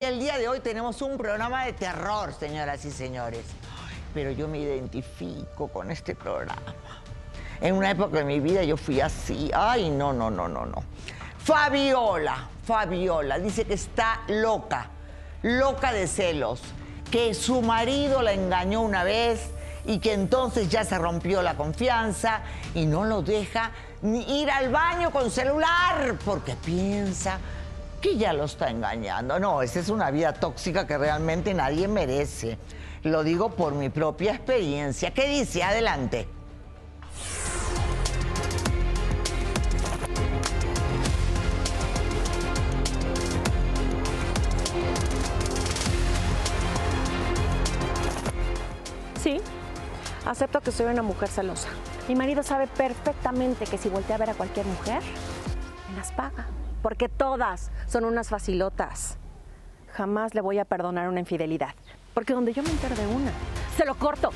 El día de hoy tenemos un programa de terror, señoras y señores. Pero yo me identifico con este programa. En una época de mi vida yo fui así. Ay, no, no, no, no, no. Fabiola, Fabiola, dice que está loca, loca de celos, que su marido la engañó una vez y que entonces ya se rompió la confianza y no lo deja ni ir al baño con celular porque piensa que ya lo está engañando. No, esa es una vida tóxica que realmente nadie merece. Lo digo por mi propia experiencia. ¿Qué dice? Adelante. Sí, acepto que soy una mujer celosa. Mi marido sabe perfectamente que si voltea a ver a cualquier mujer, me las paga. Porque todas son unas facilotas. Jamás le voy a perdonar una infidelidad. Porque donde yo me entero de una, se lo corto.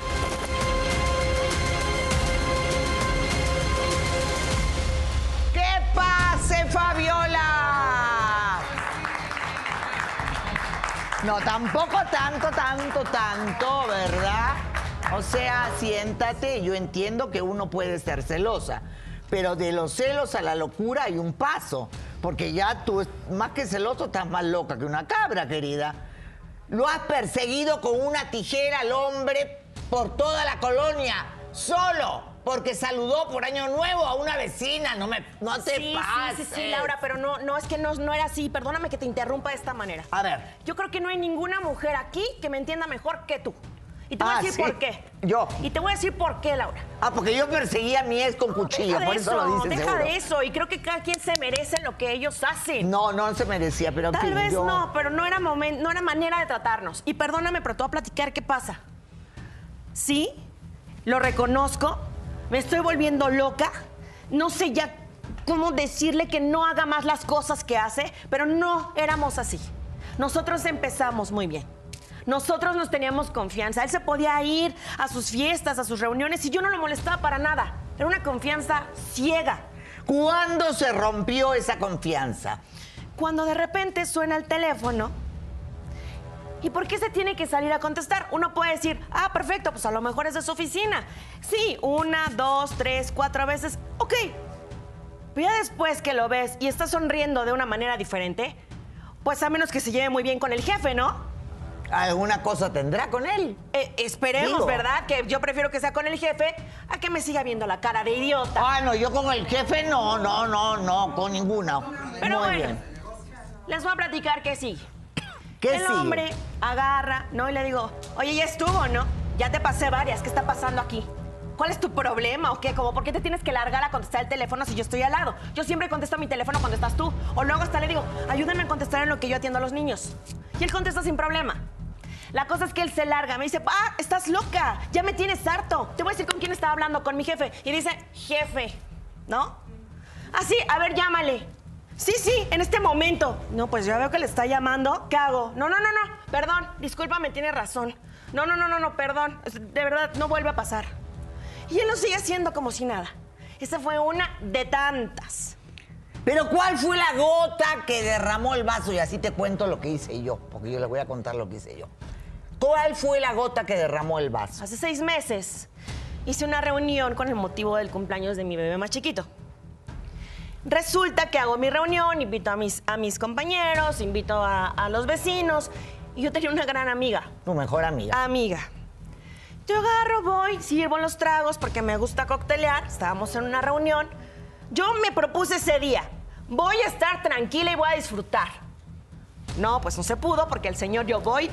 ¡Qué pase, Fabiola! No, tampoco tanto, tanto, tanto, ¿verdad? O sea, siéntate, yo entiendo que uno puede ser celosa, pero de los celos a la locura hay un paso, porque ya tú, más que celoso, estás más loca que una cabra, querida. Lo has perseguido con una tijera al hombre por toda la colonia, solo porque saludó por Año Nuevo a una vecina. No, me, no te Sí, sí, pases. sí, sí, Laura, pero no, no, es que no, no era así. Perdóname que te interrumpa de esta manera. A ver. Yo creo que no hay ninguna mujer aquí que me entienda mejor que tú. Y te voy Ah, a decir ¿sí? por qué. Yo. Y te voy a decir por qué, Laura. Ah, porque yo perseguí a mi ex con cuchillo, deja de por eso, lo dices deja seguro. de eso. Y creo que cada quien se merece lo que ellos hacen. No, no se merecía, pero en Tal fin, vez yo- no, pero no era momento, no era manera de tratarnos. Y perdóname, pero te voy a platicar qué pasa. Sí, lo reconozco, me estoy volviendo loca, no sé ya cómo decirle que no haga más las cosas que hace, pero no éramos así. Nosotros empezamos muy bien. Nosotros nos teníamos confianza. Él se podía ir a sus fiestas, a sus reuniones y yo no lo molestaba para nada. Era una confianza ciega. ¿Cuándo se rompió esa confianza? cuando de repente suena el teléfono. ¿Y por qué se tiene que salir a contestar? Uno puede decir, ah, perfecto, pues a lo mejor es de su oficina. Sí, una, dos, tres, cuatro veces. Ok. Pero ya después que lo ves y está sonriendo de una manera diferente, pues a menos que se lleve muy bien con el jefe, ¿no? ¿Alguna cosa tendrá con él? Eh, esperemos, Digo. ¿verdad? Que yo prefiero que sea con el jefe a que me siga viendo la cara de idiota. Ah, no, yo con el jefe no, no, no, no, con ninguna. Pero Muy bueno, bien. les voy a platicar qué sigue. ¿Qué el sigue? hombre agarra, ¿no? Y le digo, oye, ya estuvo, ¿no? Ya te pasé varias, ¿qué está pasando aquí? ¿Cuál es tu problema o qué? Como, ¿por qué te tienes que largar a contestar el teléfono si yo estoy al lado? Yo siempre contesto mi teléfono cuando estás tú. O luego hasta le digo, ayúdame a contestar en lo que yo atiendo a los niños. Y él contesta sin problema. La cosa es que él se larga, me dice, ah, estás loca, ya me tienes harto. Te voy a decir con quién estaba hablando, con mi jefe. Y dice, jefe, ¿no? Ah, sí, a ver, llámale. Sí, sí, en este momento. No, pues ya veo que le está llamando. ¿Qué hago? No, no, no, no. Perdón, discúlpame, tiene razón. No, no, no, no, no, perdón. Es- De verdad, no vuelve a pasar. Y él lo sigue haciendo como si nada. Esa fue una de tantas. Pero ¿cuál fue la gota que derramó el vaso? Y así te cuento lo que hice yo, porque yo les voy a contar lo que hice yo. ¿Cuál fue la gota que derramó el vaso? Hace seis meses hice una reunión con el motivo del cumpleaños de mi bebé más chiquito. Resulta que hago mi reunión, invito a mis, a mis compañeros, invito a, a los vecinos. Y yo tenía una gran amiga, Tu mejor amiga. Amiga. Yo agarro, voy, sirvo los tragos porque me gusta coctelear. Estábamos en una reunión. Yo me propuse ese día. Voy a estar tranquila y voy a disfrutar. No, pues no se pudo porque el señor yo voy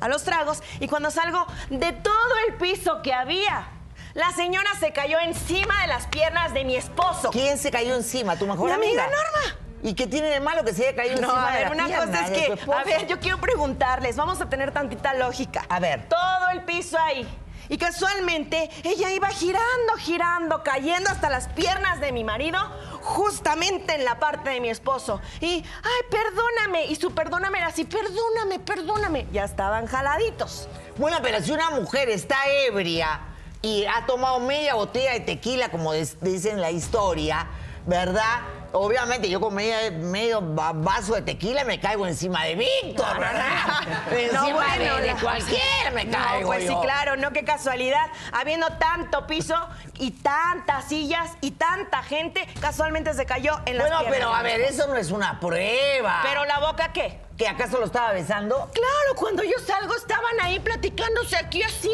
a los tragos y cuando salgo de todo el piso que había, la señora se cayó encima de las piernas de mi esposo. ¿Quién se cayó encima? ¿Tu mejor Mi amiga? amiga Norma. ¿Y qué tiene de malo que se haya caído No, encima a de ver, la una pierna cosa es de tu que, esposo? a ver, yo quiero preguntarles, vamos a tener tantita lógica. A ver. Todo el piso ahí. Y casualmente ella iba girando, girando, cayendo hasta las piernas de mi marido, justamente en la parte de mi esposo. Y, ay, perdóname. Y su perdóname era así, perdóname, perdóname. Ya estaban jaladitos. Bueno, pero si una mujer está ebria y ha tomado media botella de tequila, como des- dicen en la historia, ¿verdad? Obviamente yo con media- medio va- vaso de tequila me caigo encima de Víctor, ¿verdad? No, encima de- bueno, de, la- cualquiera me caigo No, pues sí, yo. claro, no, qué casualidad. Habiendo tanto piso y tantas sillas y tanta gente, casualmente se cayó en las Bueno, piernas. pero a ver, eso no es una prueba. ¿Pero la boca qué? ¿Que acaso lo estaba besando? Claro, cuando yo salgo estaban ahí platicándose aquí así.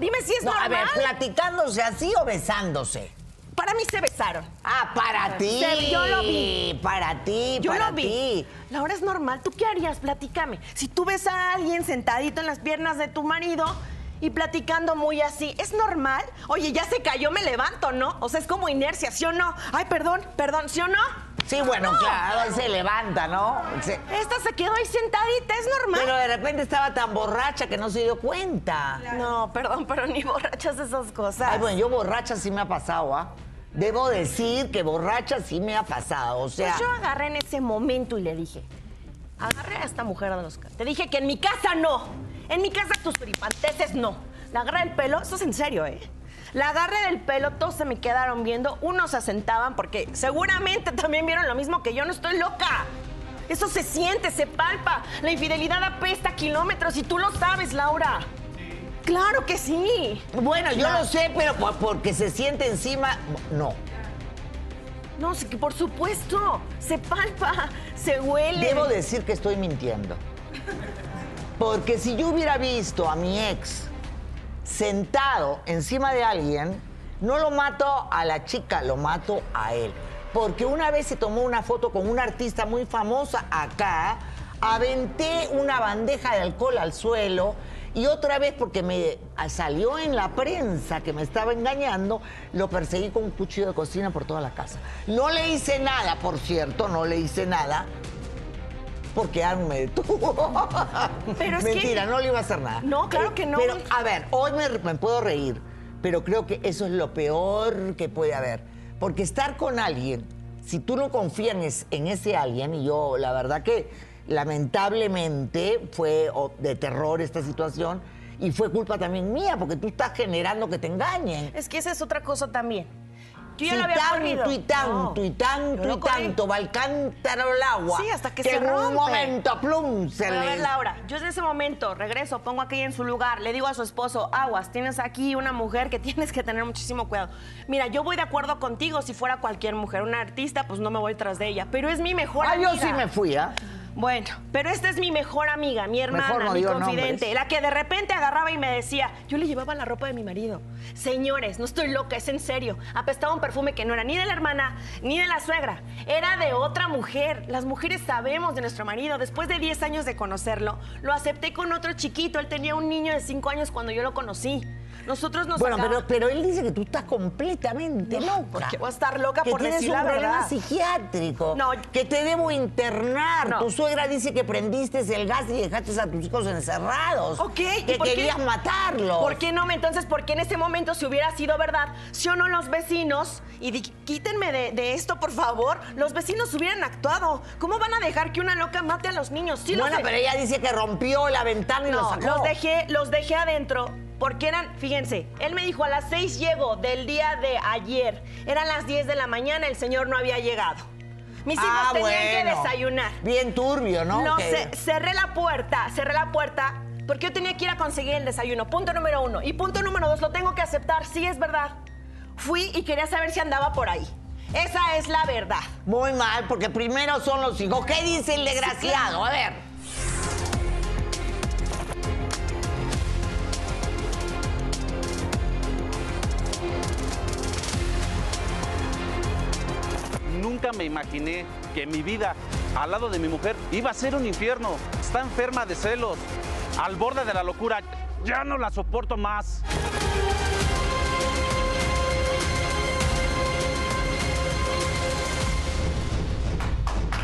Dime si es No, a normal. ver, platicándose así o besándose. Para mí se besaron. Ah, para ti. Se- yo lo vi. Para ti, Yo para lo vi. ti. Laura, es normal. ¿Tú qué harías? Platícame. Si tú ves a alguien sentadito en las piernas de tu marido y platicando muy así, ¿es normal? Oye, ya se cayó, me levanto, ¿no? O sea, es como inercia, ¿sí o no? Ay, perdón, perdón, ¿sí o no? Sí, bueno, No. claro, él se levanta, ¿no? Se- Esta se quedó ahí sentadita, ¿es normal? Pero de repente estaba tan borracha que no se dio cuenta. No, perdón, pero ni borrachas esas cosas. Ay, bueno, yo borracha sí me ha pasado, ¿ah? Debo decir que borracha sí me ha pasado, o sea... Pues yo agarré en ese momento y le dije, agarré a esta mujer de los... ca- Te dije que en mi casa no, en mi casa tus fripanteses no. La agarré del pelo, eso es en serio, ¿eh? La agarré del pelo, todos se me quedaron viendo, unos se asentaban porque seguramente también vieron lo mismo que yo, no estoy loca. Eso se siente, se palpa. La infidelidad apesta a kilómetros y tú lo sabes, Laura. Claro que sí. Bueno, yo lo sé, pero po- porque se siente encima... No. No, sí que por supuesto. Se palpa, se huele. Debo decir que estoy mintiendo. Porque si yo hubiera visto a mi ex sentado encima de alguien, no lo mato a la chica, lo mato a él. Porque una vez se tomó una foto con una artista muy famosa acá, aventé una bandeja de alcohol al suelo y otra vez porque me salió en la prensa que me estaba engañando, lo perseguí con un cuchillo de cocina por toda la casa. No le hice nada, por cierto, no le hice nada. Porque Aaron me detuvo. Pero es que- Mentira, no le iba a hacer nada. No, claro que no. Pero, a ver, hoy me, me puedo reír, pero creo que eso es lo peor que puede haber. Porque estar con alguien, si tú no confías en, es- en ese alguien, y yo la verdad que lamentablemente fue oh, de terror esta situación, y fue culpa también mía, porque tú estás generando que te engañen. Es que esa es otra cosa también. Yo ya Si lo había corrido. tanto y tanto No. y tanto Yo lo y corrí. tanto va el cántaro al agua. Sí, hasta que se en un rompe. momento, plum, se Pero a le- ver, Laura, yo en ese momento regreso, pongo aquella en su lugar, le digo a su esposo, aguas, tienes aquí una mujer que tienes que tener muchísimo cuidado. Mira, yo voy de acuerdo contigo, si fuera cualquier mujer, una artista, pues no me voy tras de ella, pero es mi mejor Ah, amiga. yo sí me fui, ¿ah? Bueno, pero esta es mi mejor amiga, mi Mejor hermana, no mi digo confidente, nombres. la que de repente agarraba y me decía, yo le llevaba la ropa de mi marido. Señores, no estoy loca, es en serio. Apestaba un perfume que no era ni de la hermana, ni de la suegra, era de otra mujer. Las mujeres sabemos de nuestro marido. Después de 10 años de conocerlo, lo acepté con otro chiquito. Él tenía un niño de 5 años cuando yo lo conocí. Nosotros nos Bueno, acabamos- pero, pero él dice que tú estás completamente No, loca. porque voy a estar loca que por tienes decir un la problema verdad. psiquiátrico. No. Que te debo internar. No. Tu suegra dice que prendiste el gas y dejaste a tus hijos encerrados. Ok, ¿y Que por qué? querías matarlos. ¿Por qué no? me- Entonces, ¿por qué en ese momento, si hubiera sido verdad, si o no los vecinos, y di- quítenme de, de esto, por favor, los vecinos hubieran actuado? ¿Cómo van a dejar que una loca mate a los niños? Sí, los bueno, de- pero ella dice que rompió la ventana y los no, sacó. los dejé, los dejé adentro. Porque eran, fíjense, él me dijo a las 6 llego del día de ayer. Eran las 10 de la mañana, el señor no había llegado. Mis hijos Ah, tenían bueno. que desayunar. Bien turbio, ¿no? No, Que- ce- cerré la puerta, cerré la puerta porque yo tenía que ir a conseguir el desayuno. Punto número uno. Y punto número dos, lo tengo que aceptar, sí es verdad. Fui y quería saber si andaba por ahí. Esa es la verdad. Muy mal, porque primero son los hijos. ¿Qué dice el desgraciado? A ver. Nunca me imaginé que mi vida al lado de mi mujer iba a ser un infierno. Está enferma de celos, al borde de la locura. Ya no la soporto más.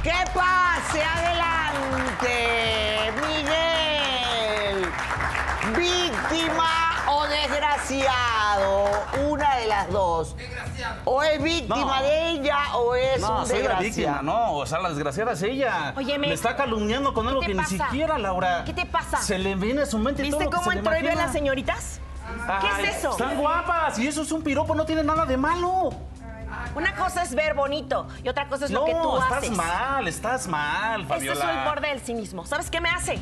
¡Que pase! ¡Adelante! Miguel, víctima o desgraciado, una de las dos. O es víctima No. de ella o es No, un soy la desgraciado. víctima, no. O sea, la desgraciada es ella. Óyeme. Me está calumniando con ¿Qué algo te que pasa? ni siquiera, Laura. ¿Qué te pasa? Se le viene a su mente todo ¿Viste lo que cómo se le entró y vio a imagina. las señoritas? ¿Qué Ay, es eso? Están guapas y eso es un piropo, no tiene nada de malo. Una cosa es ver bonito y otra cosa es no, lo que tú estás haces. mal, estás mal, Este Fabiola. es el borde del cinismo. ¿Sabes qué me hace?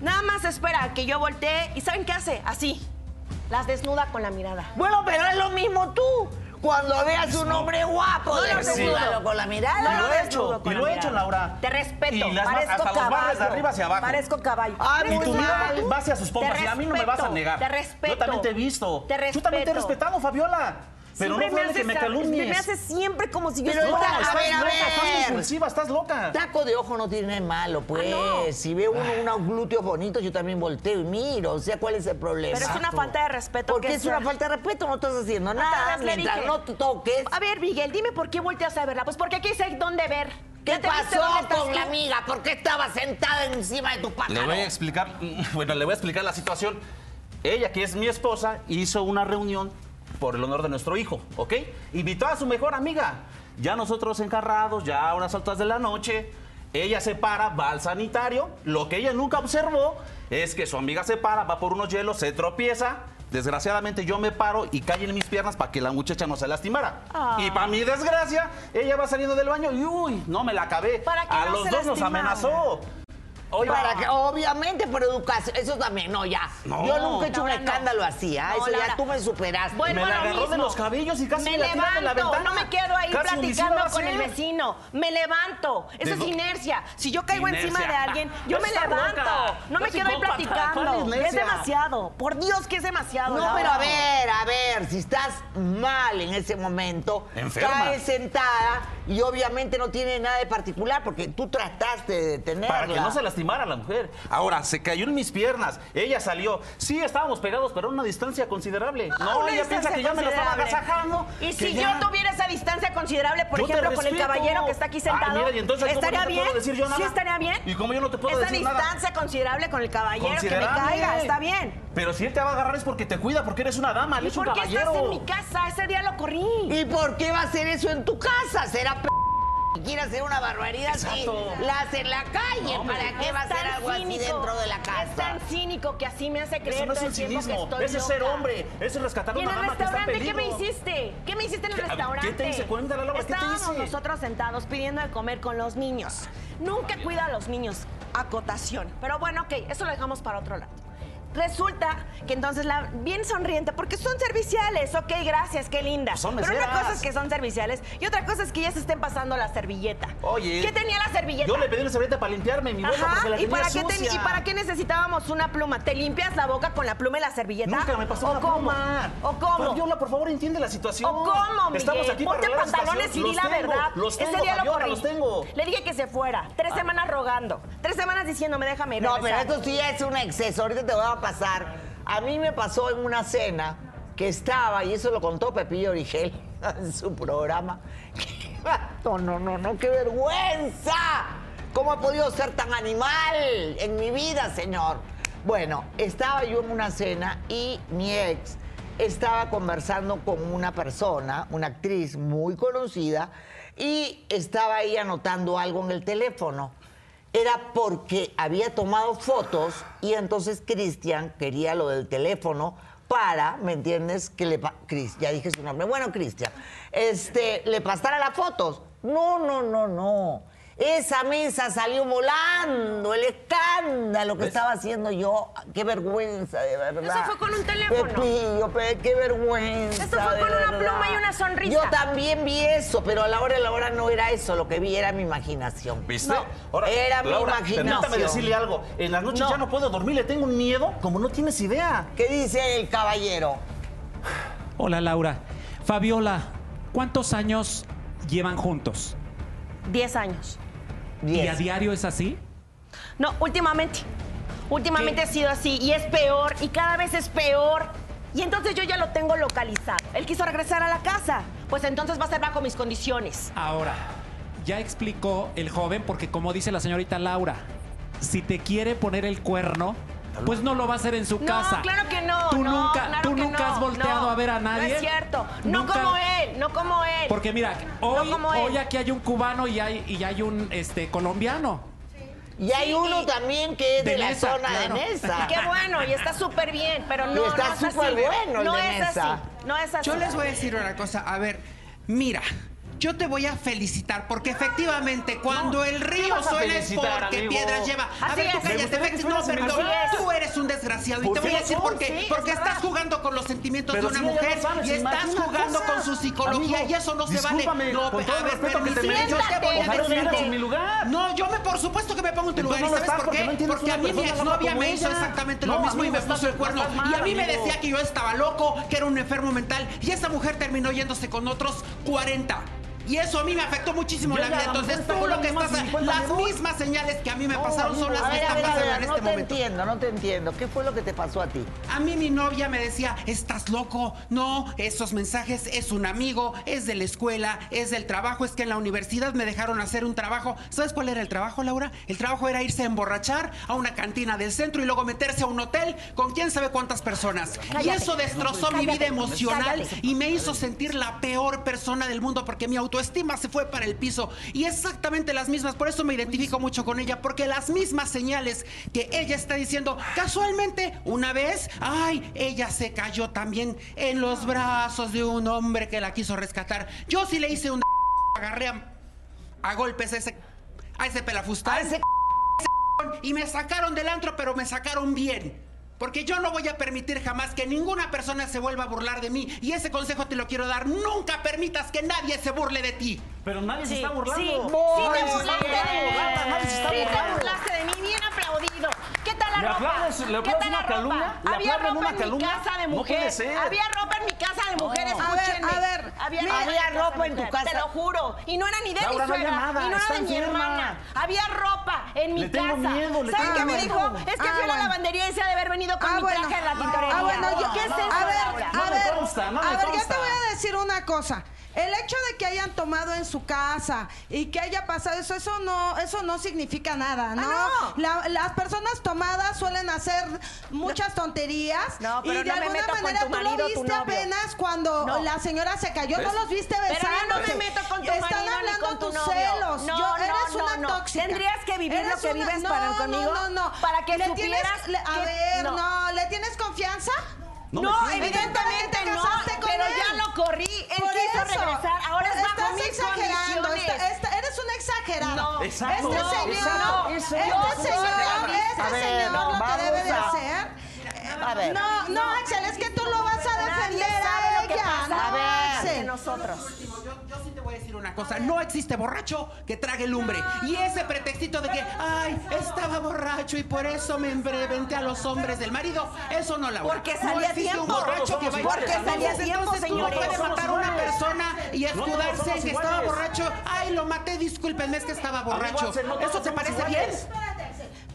Nada más espera a que yo voltee y ¿saben qué hace? Así. Las desnuda con la mirada. pues Bueno, pero es lo mismo tú. Cuando veas un hombre guapo, No lo desnúdalo desnudo. con la mirada. No lo he hecho, desnudo con y la lo he mirada. hecho, Laura. Te respeto. Y las- parezco hasta los caballo. barres de arriba hacia abajo. Parezco caballo. Ah, Y muy tu mirada mal. va hacia sus pompas Te y a mí no me vas a respeto, negar. te respeto. Yo también te he visto. Te Yo también te he respeto. respetado, Fabiola. Pero Siempre no fue que me haces- calumnies. Me haces siempre como si yo Pero No, está- estás a ver, a loca, ver. estás impulsiva, estás loca. Taco de ojo no tiene malo, pues. Ah, no. Ah. Si veo uno, unos glúteos bonitos, yo tamén volteo y miro. O sea, ¿cuál es el problema? Pero es una falta de respeto Porque que es sea. una falta de respeto, no estás haciendo nada. Apenas le Mientras dije. no te toques. A ver, Miguel, dime por qué volteas a verla. Pues porque aquí sé dónde ver. ¿Qué ¿Ya te viste pasó dónde estás con la tú? amiga? ¿Por qué estaba sentada encima de tu Le pájaro? voy a explicar, bueno, le voy a explicar la situación. Ella, que es mi esposa, hizo una reunión por el honor de nuestro hijo, ¿ok? Invitó a su mejor amiga. Ya nosotros encarrados, ya a unas altas de la noche, ella se para, va al sanitario. Lo que ella nunca observó es que su amiga se para, va por unos hielos, se tropieza. Desgraciadamente yo me paro y caí en mis piernas para que la muchacha no se lastimara. Ah. Y para mi desgracia, ella va saliendo del baño y uy, no me la acabé. Para que a no los se dos nos lastimara. amenazó. Oiga, Para que, obviamente, por educación. Eso también, no, ya. No. Yo nunca he hecho Laura, un no. escándalo así, ¿ah? No, Eso ya Laura. tú me superaste. Bueno, me la lo agarró de mismo. los cabellos y casi me me la tira levanto, de la ventana. no me quedo ahí Casi homicida va platicando a con el ser. vecino. Me levanto. Esa es Digo- inercia. Si yo caigo encima Inercia. de alguien, yo Eso me está levanto. loca. No me Yo quedo ahí psicópata. ¿Cuál platicando. Es inercia? demasiado. Por Dios que es demasiado. No, Laura. pero a ver, a ver, si estás mal en ese momento, Enferma. caes sentada y obviamente no tiene nada de particular porque tú trataste de detenerla. Para que no se lastimara la mujer. Ahora, se cayó en mis piernas. Ella salió. Sí, estábamos pegados, pero a una distancia considerable. A No, una ella piensa distancia que ya me lo estaba considerable. agasajando. Y que si ya- yo tuviera esa distancia considerable, por Yo te ejemplo, con el respeto. caballero que está aquí sentado, Ay, mira, y entonces, ¿cómo ¿estaría no te bien? puedo decir yo nada? Sí, estaría bien. ¿Y cómo yo no te puedo esa decir nada? distancia considerable con el caballero que me Considerable. caiga, está bien. Pero si él te va a agarrar es porque te cuida, porque eres una dama, él ¿Y es un por qué caballero. estás en mi casa? Ese día lo corrí. ¿Y por qué va a hacer eso en tu casa? Será p que quiere hacer una barbaridad así. Exacto. La hace en la calle. No, hombre. ¿Para qué va a Es tan hacer algo así cínico, dentro de la Es casa? tan cínico que así me hace creer Eso no es todo el el tiempo que cinismo, estoy ese es ser loca. hombre, es rescatar a ¿Y en una el dama que está en restaurante qué me peligro. hiciste? ¿Qué me hiciste en el ¿Qué- a ver, restaurante? qué te hice? Cuéntale, Laura, ¿qué te Estábamos hice? nosotros sentados pidiendo de comer con los niños. Nunca cuida a los niños, acotación. Pero bueno, ok, eso lo dejamos para otro lado. Resulta que entonces la bien sonriente, porque son serviciales, ok, gracias, qué linda. Pues son Pero una meseras. cosa es que son serviciales y otra cosa es que ya se estén pasando la servilleta. Oye. ¿Qué tenía la servilleta? Yo le pedí una servilleta para limpiarme mi boca porque la Ajá, ¿y tenía para, qué te- sucia. ¿y para qué necesitábamos una pluma? ¿Te limpias la boca con la pluma y la servilleta? Nunca me pasó ¿O una cómo? pluma. ¿O cómo? Fabiola, por favor, entiende la situación. ¿O cómo, Miguel? Estamos aquí para Ponte arreglar la pantalones y situación. di la Los tengo, verdad. Los tengo, Ese día Fabiola, lo corrí. los tengo. Le dije que se fuera. Ah. Tres semanas rogando. Tres semanas diciéndome, déjame No, pero regresar. esto sí es un exceso. Ahorita te voy a pasar. A mí me pasó en una cena que estaba, y eso lo contó Pepillo Origel en su programa. No, no, no, no, qué vergüenza. ¿Cómo he podido ser tan animal en mi vida, señor? Bueno, estaba yo en una cena y mi ex estaba conversando con una persona, una actriz muy conocida, y estaba ahí anotando algo en el teléfono era porque había tomado fotos y entonces Cristian quería lo del teléfono para, ¿me entiendes? Que le pa- Cris, ya dije su nombre. Bueno, Cristian, este, le pasara las fotos. No, no, no, no. Esa mesa salió volando, el escándalo que estaba haciendo yo. Qué vergüenza, de verdad. Eso fue con un teléfono. Pepillo, pe- qué vergüenza. Eso fue de con una verdad. pluma y una sonrisa. Yo también vi eso, pero a la hora de la hora no era eso. Lo que vi era mi imaginación. ¿Viste? No, era mi Laura, imaginación. Permítame decirle algo. En las noches No. ya no puedo dormir, le tengo un miedo como no tienes idea. ¿Qué dice el caballero? Hola Laura. Fabiola, ¿cuántos años llevan juntos? Diez años. ¿Y a Diez. diario es así? No, últimamente. Últimamente ¿Qué? ha sido así y es peor y cada vez es peor. Y entonces yo ya lo tengo localizado. Él quiso regresar a la casa. Pues entonces va a ser bajo mis condiciones. Ahora, ya explicó el joven porque como dice la señorita Laura, si te quiere poner el cuerno, pues no lo va a hacer en su No, casa. claro que no. Tú no, nunca, claro tú que nunca no, has volteado no, a ver a nadie. No es cierto. No Nunca- como él, no como él. Porque mira, hoy, No como él. hoy aquí hay un cubano y hay, y hay un este, colombiano. Y hay Sí, uno y- también que es de, de la mesa, zona de claro. mesa. Qué bueno, y está súper bien, pero Y no, está no es así. súper bueno el no de es mesa. así, no es así. Yo les voy a decir una cosa. A ver, mira, Yo te voy a felicitar porque efectivamente cuando el río vas a suena es felicitar, porque amigo? piedras lleva. A Así ver, tú es. Me cállate, gustaría que efecti- fueras no, perdón, feliz. tú eres un desgraciado y ¿Por te Pues voy qué a decir no? por qué. Sí, porque es estás verdad. jugando con los sentimientos Pero de una sí, ya lo mujer sabes, y estás imagínate una jugando cosa. con su psicología Amigo, y eso no se vale. discúlpame, No, con todo a el ver, respeto que te permíteme, merezco. yo te voy a Ojalá decir estuvieras que- en mi lugar. No, yo me por supuesto que me pongo en tu lugar. Entonces no ¿Y lo sabes estás por porque no qué? entiendes Porque a una mí mi persona loca exnovia como me hizo ella. exactamente No, lo mismo y amigo, me estás- puso el cuerno. estás mal, Y a mí me amigo. decía que yo estaba loco, que era un enfermo mental. Y esa mujer terminó yéndose con otros 40. Y eso a mí me afectó muchísimo Yo la ya vida. a lo mejor Entonces está tú con lo las que mismas estás... 50 Las minutos. mismas señales que a mí me pasaron son las A que ver, a están ver, a pasando en ver, no este te momento. entiendo, no te entiendo. ¿Qué fue lo que te pasó a ti? A mí mi novia me decía, estás loco, no, esos mensajes es un amigo, es de la escuela, es del trabajo, es que en la universidad me dejaron hacer un trabajo. ¿Sabes cuál era el trabajo, Laura? El trabajo era irse a emborrachar a una cantina del centro y luego meterse a un hotel con quién sabe cuántas personas. y eso destrozó mi vida emocional y me hizo sentir la peor persona del mundo porque mi autoestima se fue para el piso. Y exactamente las mismas, por eso me identifico mucho con ella, porque las mismas señales que ella está diciendo, casualmente, una vez, ay, ella se cayó también en los brazos de un hombre que la quiso rescatar. Yo sí le hice un... agarré a, a golpes a ese... a ese pelafustán y me sacaron del antro, pero me sacaron bien. Porque yo no voy a permitir jamás que ninguna persona se vuelva a burlar de mí. Y ese consejo te lo quiero dar. Nunca permitas que nadie se burle de ti. Pero nadie se está burlando. Sí, Muy sí te burlaste de mí. Burlata, nadie se está Sí te burlando. burlaste de mí, bien aplaudido. ¿Qué tal la ¿Le ropa? aplaudes- le ¿Qué aplaudes tal una la calumnia? ¿Le ropa? Había aplauden ropa una en mi calumnia? casa de No mujer. puede ser. Había ropa en mi casa de mujer, A ver, escúchenme. a ver, Había mira, ropa, había mi casa ropa de en tu mujer, casa. Te lo juro. Y no era ni de Laura, mi no hay suegra, nada, y no está era de mi enferma. hermana. Había ropa en mi Le casa. tengo miedo, le ¿Saben tengo qué me miedo. dijo? Es que Ah, fui a la bueno. lavandería y se ha de haber venido con Ah, mi bueno. traje de la tintorería. Ah, bueno, yo- ¿Qué es eso, a ver, Laura? a No me ver, consta, no me a ver, yo consta. te voy a decir una cosa. El hecho de que hayan tomado en su casa y que haya pasado eso, eso no, eso no significa nada, ¿no? Ah, no. La- las personas tomadas suelen hacer muchas tonterías No, pero y de no me alguna meto con manera tu tú marido, lo tu viste novio. apenas cuando No. la señora se cayó, ¿Ves? no los viste Pero besando. yo no me meto con tu Están marido ni hablando con tu tus novio. celos. No, yo, no, eres no, una no. tóxica. Tendrías que vivir lo Eres que vives para- no, conmigo, No, no, no. para que Le tienes- supieras le- a que- ver, no. no. ¿Le tienes confianza? No, me digas. evidentemente Te no, casaste con pero él. ya lo corrí, él Por quiso eso. regresar, ahora es bajo Estás mis exagerando. condiciones. está- está- eres un exagerado. No. Exacto. Este No, señor, no, este no, no, señor, no, a este ver, señor lo vamos que debe de a- hacer. a ver. No, no, Axel, es que tú lo vas a Nadie defender sabe a lo que ella. pasa No, A ver. de Axel. nosotros. último, yo, yo sí te voy a decir una cosa. No existe borracho que trague lumbre. Y ese pretextito de que, ay, estaba borracho y por eso me embreventé a los hombres del marido, eso no la Porque salí a no existe un tiempo. borracho que Todos somos vaya iguales, Porque salí a Entonces, tiempo, entonces, tú señores. No puede Todos matar a somos una iguales. persona y No todos escudarse en somos que estaba iguales. borracho. Ay, lo maté, discúlpenme, es que estaba borracho. Axel, no todos ¿Eso te somos parece bien? iguales.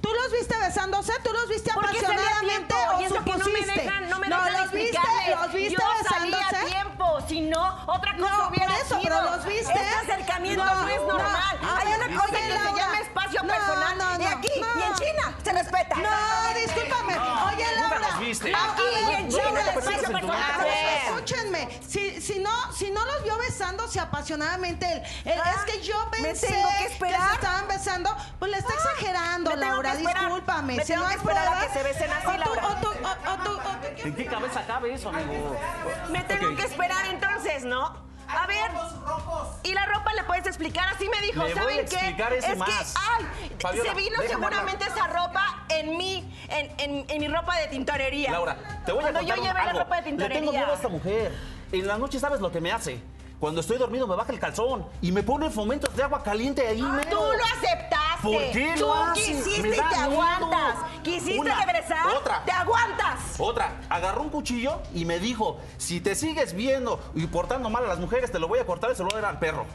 Tú los viste besándose, tú los viste Porque salí a apasionadamente tiempo, o y es lo que no me supusiste. dejan- no me dejan los viste, explicarles. los viste Yo salí besándose. a tiempo, si no, otra cosa No, hubiera por eso, sido. pero los viste. Este acercamiento no, No, es no. normal. A Hay ver, una cosa oye, que se Laura. llama espacio No, personal. no, ni no, aquí, no. ni en China se respeta. No, discúlpame. Oye, nunca Laura. los viste. Aquí a ver, en China, Laura, espacio escúchenme, personal. a ver, A ver. Escúchenme. Si, si, no, si no los vio besándose apasionadamente, él, él, Ah, es que yo ¿me pensé tengo que esperar? se estaban besando. Pues le está Ah, exagerando, me tengo que Laura. esperar. Discúlpame. Me si tengo no que hay esperar a que pruebas, se besen así, o tú- Laura. o tú- o- o tú- o- ¿En qué cabeza cabe eso, amigo? Me tengo que esperar entonces, ¿no? A ver. Y la ropa le puedes explicar, así me dijo, Le voy a ¿saben qué? explicar eso es más. que, ay, Fabiola, se vino déjame seguramente esa ropa en mí, en, en- en mi ropa de tintorería. Laura, te voy a Cuando contar yo llevé algo. la ropa de Le tintorería. tengo miedo a esta mujer. En la noche sabes lo que me hace. Cuando estoy dormido me baja el calzón y me pone fomentos de agua caliente ahí. mero. Ah, Tú lo aceptaste. ¿Por qué Tú lo haces? quisiste Me y da te miedo. aguantas. Quisiste Una, regresar. otra. Te aguantas. Otra, agarró un cuchillo y me dijo, si te sigues viendo y portando mal a las mujeres, te lo voy a cortar y se lo voy a dar al perro.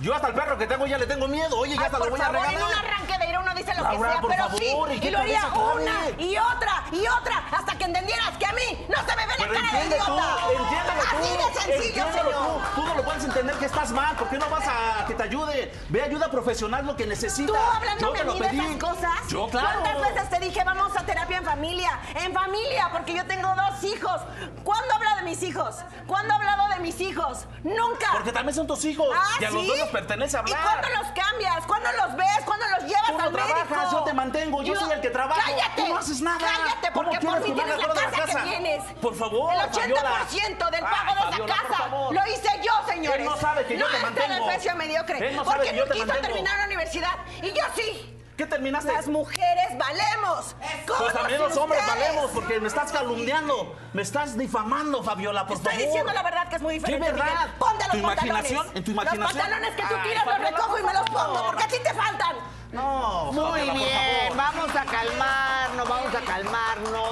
Yo hasta al perro que tengo ya le tengo miedo. Oye, ya Ay, hasta lo por voy a favor, regalar. en un arranque de ira uno dice lo Laura, que sea, por pero favor, ¿y sí, y qué lo haría cabeza cabe? una y otra y otra hasta que entendieras que a mí no se me ve Pero la cara de entiende tú, idiota. entiéndelo tú. Así de sencillo, entiéndelo señor. Tú. Tú no lo puedes entender que estás mal. ¿Por qué no vas a que te ayude? Ve ayuda profesional lo que necesitas. Tú Yo hablándome te a lo mí de pedí. esas cosas. Yo, claro. ¿Cuántas veces te dije vamos a terapia en familia? En familia, porque yo tengo dos hijos. ¿Cuándo habla de mis hijos? ¿Cuándo ha hablado de mis hijos? Nunca. Porque también son tus hijos. Ah, y a los ¿sí? dos nos pertenece hablar. ¿Y cuándo los cambias? ¿Cuándo los ves? ¿Cuándo los llevas Tú no al médico? trabajas, yo te mantengo, yo soy el que trabajo. ¡Cállate! Tú no haces nada. ¡Cállate! ¿Cómo Porque por quieres mí que me tienes la acuerde de la casa que casa? tienes. Por favor, El 80% Fabiola. del pago Ay, de Fabiola, esa por casa favor. lo hice yo, señores. Él no sabe que yo te No mantengo. está en el precio mediocre. Él no sabe porque que yo no te quiso mantengo. terminar la universidad. Y yo sí. ¿Qué terminaste? Las mujeres valemos. Pues también los hombres valemos, porque porque me estás calumniando, me estás difamando, Fabiola, por Estoy favor. diciendo la verdad que es muy diferente. ¿Qué verdad? Miguel. Ponte los ¿Tu imaginación? pantalones. ¿En tu imaginación? Los pantalones que tú Ay, tiras los Fabiola, recojo y me los por pongo favor. porque a ti te faltan. No, Muy Fabiola, por bien, favor. vamos a calmarnos, vamos a calmarnos,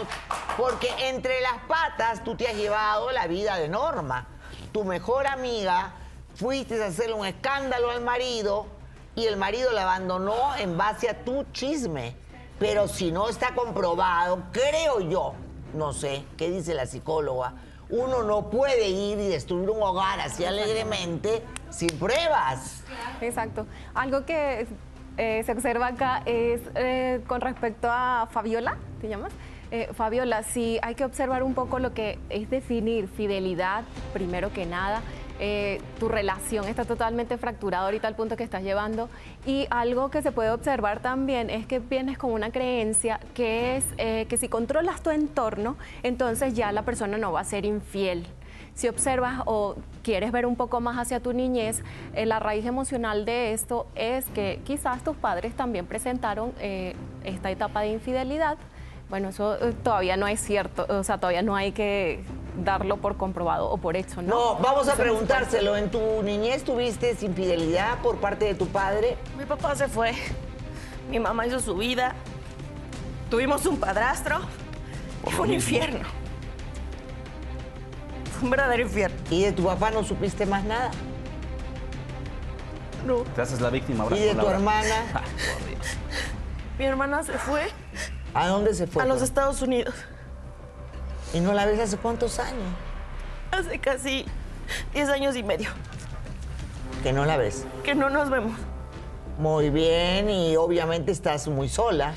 porque entre las patas tú te has llevado la vida de Norma. Tu mejor amiga, fuiste a hacer un escándalo al marido y el marido la abandonó en base a tu chisme. Pero si no está comprobado, creo yo, no sé, ¿qué dice la psicóloga? Uno no puede ir y destruir un hogar así alegremente sin pruebas. Exacto. Algo que eh, se observa acá es eh, con respecto a Fabiola, ¿te llamas? Eh, Fabiola, sí hay que observar un poco lo que es definir fidelidad, primero que nada. Eh, tu relación está totalmente fracturada ahorita al punto que estás llevando. Y algo que se puede observar también es que vienes con una creencia que es eh, que si controlas tu entorno, entonces ya la persona no va a ser infiel. Si observas o quieres ver un poco más hacia tu niñez, eh, la raíz emocional de esto es que quizás tus padres también presentaron eh, esta etapa de infidelidad. Bueno, eso eh, todavía no es cierto, o sea, todavía no hay que darlo por comprobado o por hecho, ¿no? No, Eso no vamos a es parte. preguntárselo. ¿En tu niñez tuviste infidelidad por parte de tu padre? Mi papá se fue. Mi mamá hizo su vida. Tuvimos un padrastro. Fue un infierno. Fue un verdadero infierno. ¿Y de tu papá no supiste más nada? No. Te haces la víctima, ¿Y Brad, de con tu Laura. hermana? Mi hermana se fue ¿A dónde se fue? a los Estados Unidos ¿Y no la ves hace cuántos años? hace casi 10 años y medio Que no la ves. que no nos vemos. Muy bien, y obviamente estás muy sola.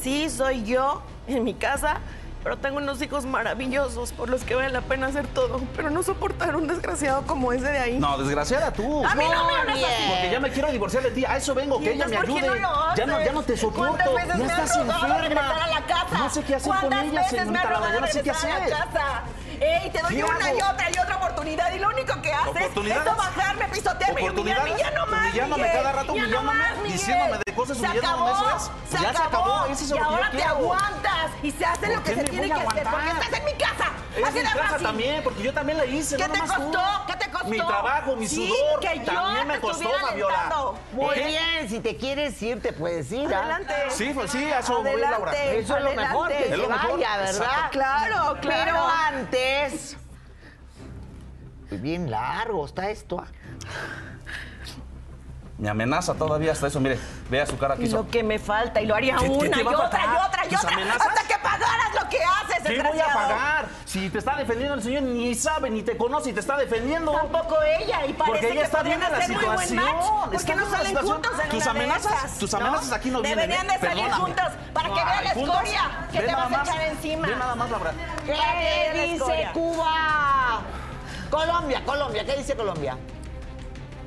Sí, soy yo en mi casa, pero tengo unos hijos maravillosos por los que vale la pena hacer todo, pero no soportar un desgraciado como ese de ahí. No, desgraciada tú. A mí no me hables así. Porque ya me quiero divorciar de ti. A eso vengo, ¿Y que ella me entonces por ayude. qué no lo haces? ya, no, ya no te soporto. ¿Cuántas veces ya me has estás rogado enferma. regresar a la casa? No sé qué hacer con ¿Cuántas ella, veces me señorita has rogado Laura. No sé qué regresar a la hacer. casa? Ey, te doy ¿Qué una hago? y otra y otra oportunidad y lo único que haces es ¿Oportunidades? bajarme, pisotearme, y humillarme y ya no más, Humillándome Miguel. cada rato, Ya no humillándome, más, Miguel. diciéndome de cosas, se humillándome, acabó, eso es. Se Ya se acabó, acabó, eso es lo y que yo ahora te quiero. aguantas y se hace lo ¿Por que qué se me voy tiene que a hacer, porque aguantar? estás en mi casa, Es así mi de casa fácil. también, porque yo también la hice. ¿Qué no te nomás tú. costó? ¿Qué te costó? Mi trabajo, mi Sí, sudor. que yo también te me costó, estuviera Fabiola. ¿Eh? alentando. Muy bien, si te quieres ir, te puedes ir. ¿ah? Adelante. Sí, pues sí, a eso voy, Adelante, Laura. Eso es lo mejor, que adelante. se Es lo mejor, vaya, ¿verdad? exacto. Claro, claro. Pero antes... Uy, Bien largo está esto. ¿ah? Me amenaza todavía hasta eso. Mire, vea su cara que Y hizo. lo que me falta, y lo haría ¿Qué- qué una te y va a otra faltar? y otra y ¿Tus otra. amenazas? Hasta que pagaras lo que haces, ¿Qué voy a desgraciado. pagar? Si te está defendiendo el señor, ni sabe, ni te conoce y te está defendiendo. Tampoco ella, y parece Porque ella que está podrían bien en la hacer muy buen situación. match. ¿Por Está qué bien en no la salen situación. juntos en Tus una de amenazas- esas, tus ¿no? amenazas aquí no vienen, Deberían ¿eh? de salir Perdóname. juntos para que vean la Ay, juntos. escoria que Ve te vas a nada más, echar encima. Ve nada más, Laura. Para que vean la ¿Qué dice escoria. Cuba? Colombia, Colombia, ¿qué dice Colombia?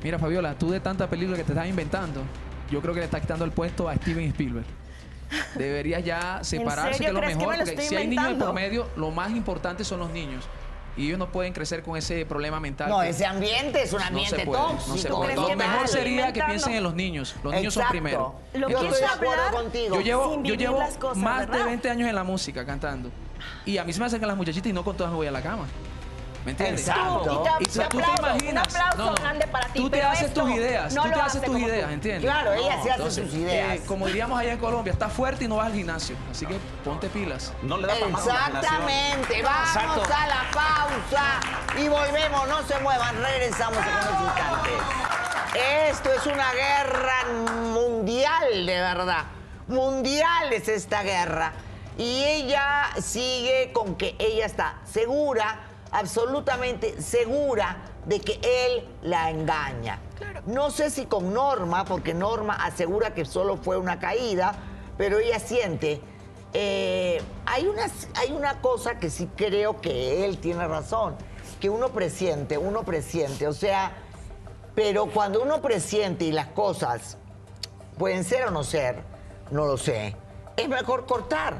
Mira, Fabiola, tú de tanta película que te estás inventando, yo creo que le estás quitando el puesto a Steven Spielberg. Deberías ya separarse, serio que es lo crees que mejor, me lo porque estoy si hay niños de inventando? por medio, lo más importante son los niños. Y ellos no pueden crecer con ese problema mental. No, que- ese ambiente es un no se ambiente puede, no se tóxico. puede. ¿Crees que Lo me mejor estoy sería que inventando? piensen en los niños. Los niños son Exacto. primero. Lo que Yo estoy de es acuerdo hablar, contigo. Yo llevo, sin yo vivir llevo las cosas, más de ¿verdad? 20 años en la música cantando. Y a mí se me acercan las muchachitas y no con todas me voy a la cama. ¿Me entiendes? Exacto. Y Y te- si un tú te aplauso, imaginas. un aplauso grande para ti, Tú te pero haces esto tus ideas. no tú lo te hace haces tus como tú. ideas, ¿entiendes? Claro, ella se hace entonces, sus ideas. eh, como diríamos allá en Colombia, estás fuerte y no vas al gimnasio. Así que ponte pilas. No le da para más imaginación. Exactamente, vamos Exacto. a la pausa y volvemos, no se muevan, regresamos en unos instantes. Esto es una guerra mundial, de verdad. Mundial es esta guerra. Y ella sigue con que ella está segura, absolutamente segura de que él la engaña. No sé si con Norma, porque Norma asegura que solo fue una caída, pero ella siente eh, hay, una, hay una cosa que sí creo que él tiene razón, que uno presiente, uno presiente, o sea, pero cuando uno presiente y las cosas pueden ser o no ser, no lo sé, es mejor cortar.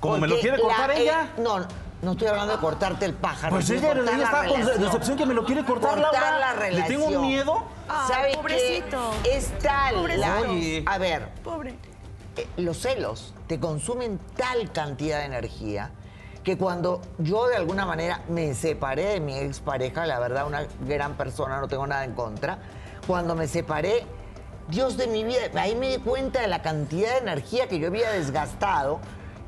¿Cómo me lo Porque quiere cortar ella? eh, no, No estoy hablando de cortarte el pájaro. Pues sino ella, cortar ella la está con relación. decepción que me lo quiere cortar, Cortar Laura. la relación. Le tengo un miedo. Ay, ¿Sabe pobrecito. qué? Es tal. la- Oye. A ver, Pobre. eh, los celos te consumen tal cantidad de energía que cuando yo de alguna manera me separé de mi expareja, la verdad una gran persona, no tengo nada en contra, cuando me separé, Dios de mi vida, ahí me di cuenta de la cantidad de energía que yo había desgastado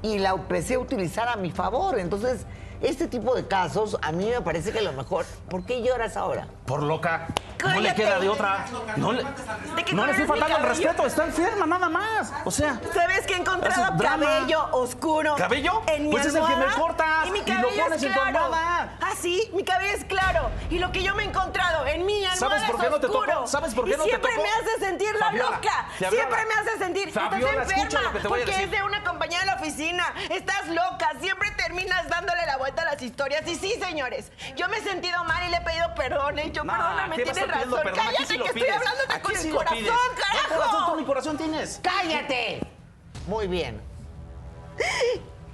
y la empecé a utilizar a mi favor. Entonces, este tipo de casos a mí me parece que lo mejor... ¿Por qué lloras ahora? Por loca. No le Cállate. queda de otra. No le, ¿De qué no color le estoy es mi faltando el cabello? respeto, está enferma, nada más. O sea. ¿Sabes que he Eso encontrado es drama. cabello oscuro? ¿Cabello? En mi Pues es el que me almohada, cortas Y mi y lo cabello pones es en tu claro. almohada. Ah, sí, mi cabello es claro. Y lo que yo me he encontrado en mi almohada ¿Sabes por qué es no te oscuro. tocó? ¿Sabes por qué Y no te tocó? siempre me hace sentir la Fabiola, loca. Fabiola. siempre me hace sentir. Fabiola, estás escucha enferma lo que te voy a porque decir. es de una compañía de la oficina. Estás loca. Siempre terminas dándole la vuelta a las historias. Y sí, señores, yo me he sentido mal y le he pedido perdón. ¿eh? Yo, Nah, perdóname, ¿qué vas a tienes estar pidiendo razón. perdón? Aquí Cállate sí lo que estoy pides. hablando Aquí con sí el lo pides. corazón, ¿Qué razón con mi carajo. corazón tienes? ¡Cállate! Muy bien.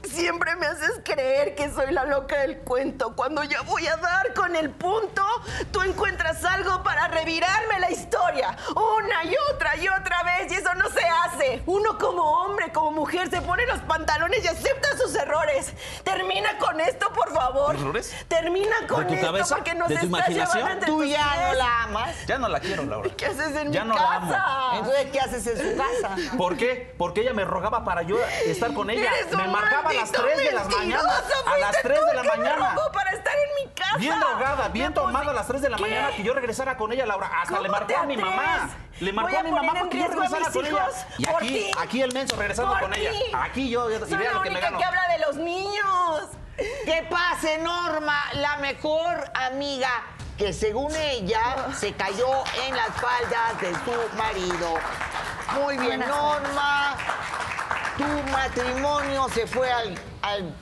Siempre me haces creer que soy la loca del cuento. Cuando yo voy a dar con el punto, tú encuentras algo para revirarme la historia. Una y otra y otra vez, y eso no se hace. Uno como hombre, como mujer, se pone los pantalones y acepta sus errores. Termina con esto, por favor. ¿Errores? Termina con ¿De tu esto cabeza? porque nos ¿De tu estás imaginación? llevando entre Tú tus ya no pies. la amas. Ya no la quiero, Laura. ¿Qué haces en Ya mi no la amo. casa? Entonces, ¿qué haces en su casa? ¿Por qué? Porque ella me rogaba para yo estar con ella. Eres me un marcaba a las maldito 3 de la mañana. mentiroso, A las fuiste 3 tú de el la que me mañana. rogó para estar en mi casa. Bien drogada, bien Me puse- tomada a las 3 de la ¿Qué? mañana que yo regresara con ella, Laura. Hasta ¿Cómo le marcó te a mi mamá. atreves? Le marcó Voy a, a mi poner mamá en porque yo riesgo a regresara mis con ella. hijos Y por aquí, ti. aquí el menso regresando Por con ella. ti. Aquí yo, y Soy vean la lo que me única gano. que habla de los niños. Que pase Norma, la mejor amiga que según Ah. ella se cayó en las faldas de su marido. Muy bien, Norma. Tu matrimonio se fue al, al Por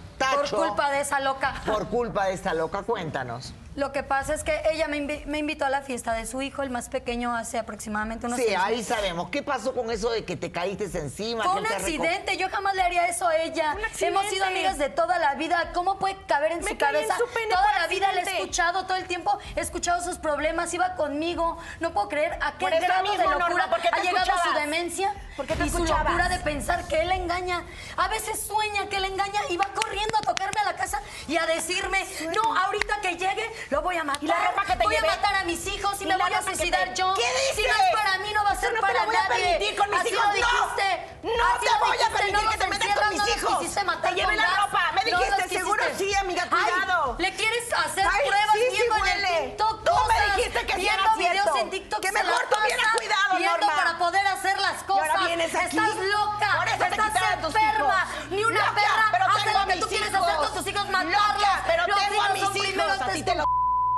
tacho. culpa de esa loca. Por culpa de esta loca, cuéntanos. Lo que pasa es que ella me, invi- me invitó a la fiesta de su hijo, el más pequeño, hace aproximadamente unos sí, seis ahí meses. sabemos. ¿Qué pasó con eso de que te caíste encima? Fue que un él te reco- accidente, yo jamás le haría eso a ella. Un accidente. Hemos sido amigas de toda la vida. ¿Cómo puede caber en Me su caí en cabeza? su pene toda por la vida le he accidente. escuchado, todo el tiempo he escuchado sus problemas, iba conmigo. No puedo creer a qué Por eso grado de mismo, locura Norma, ¿por qué te ha llegado su escuchabas? demencia ¿Por qué te y su escuchabas? locura de pensar que él engaña. A veces sueña que él engaña y va corriendo a tocarme a la casa y a decirme, no, ahorita que llegue lo voy a matar. ¿Y la ropa que te voy llevé? a matar a mis hijos y, ¿Y me la voy a ropa que suicidar te- yo. ¿Qué Si dices? no es para mí, no va a Eso ser no te para lo voy a nadie. permitir con mis Así hijos, lo no. dijiste. No Así te lo voy a dijiste, permitir no que los te metas encierras, con mis no los hijos. quisiste matar Te llevé con la gas, ropa, me no los dijiste, seguro quisiste. sí, amiga, Ay, cuidado. le quieres hacer Ay, pruebas sí, sí viendo en huele. el TikTok Tú me cosas, dijiste que sí viendo era videos cierto. en TikTok Que se mejor la te hubiera pasa, cuidado, viendo Norma. para poder hacer las ahora cosas. vienes aquí. Estás loca, Por eso te estás quité a tus enferma. hijos. Ni una Loca, perra pero hace tengo lo a que mis tú quieres hacer hijos. con tus hijos, Loca, matarlos. pero Los tengo a hijos mis son hijos, primeros a ti de te tu lo-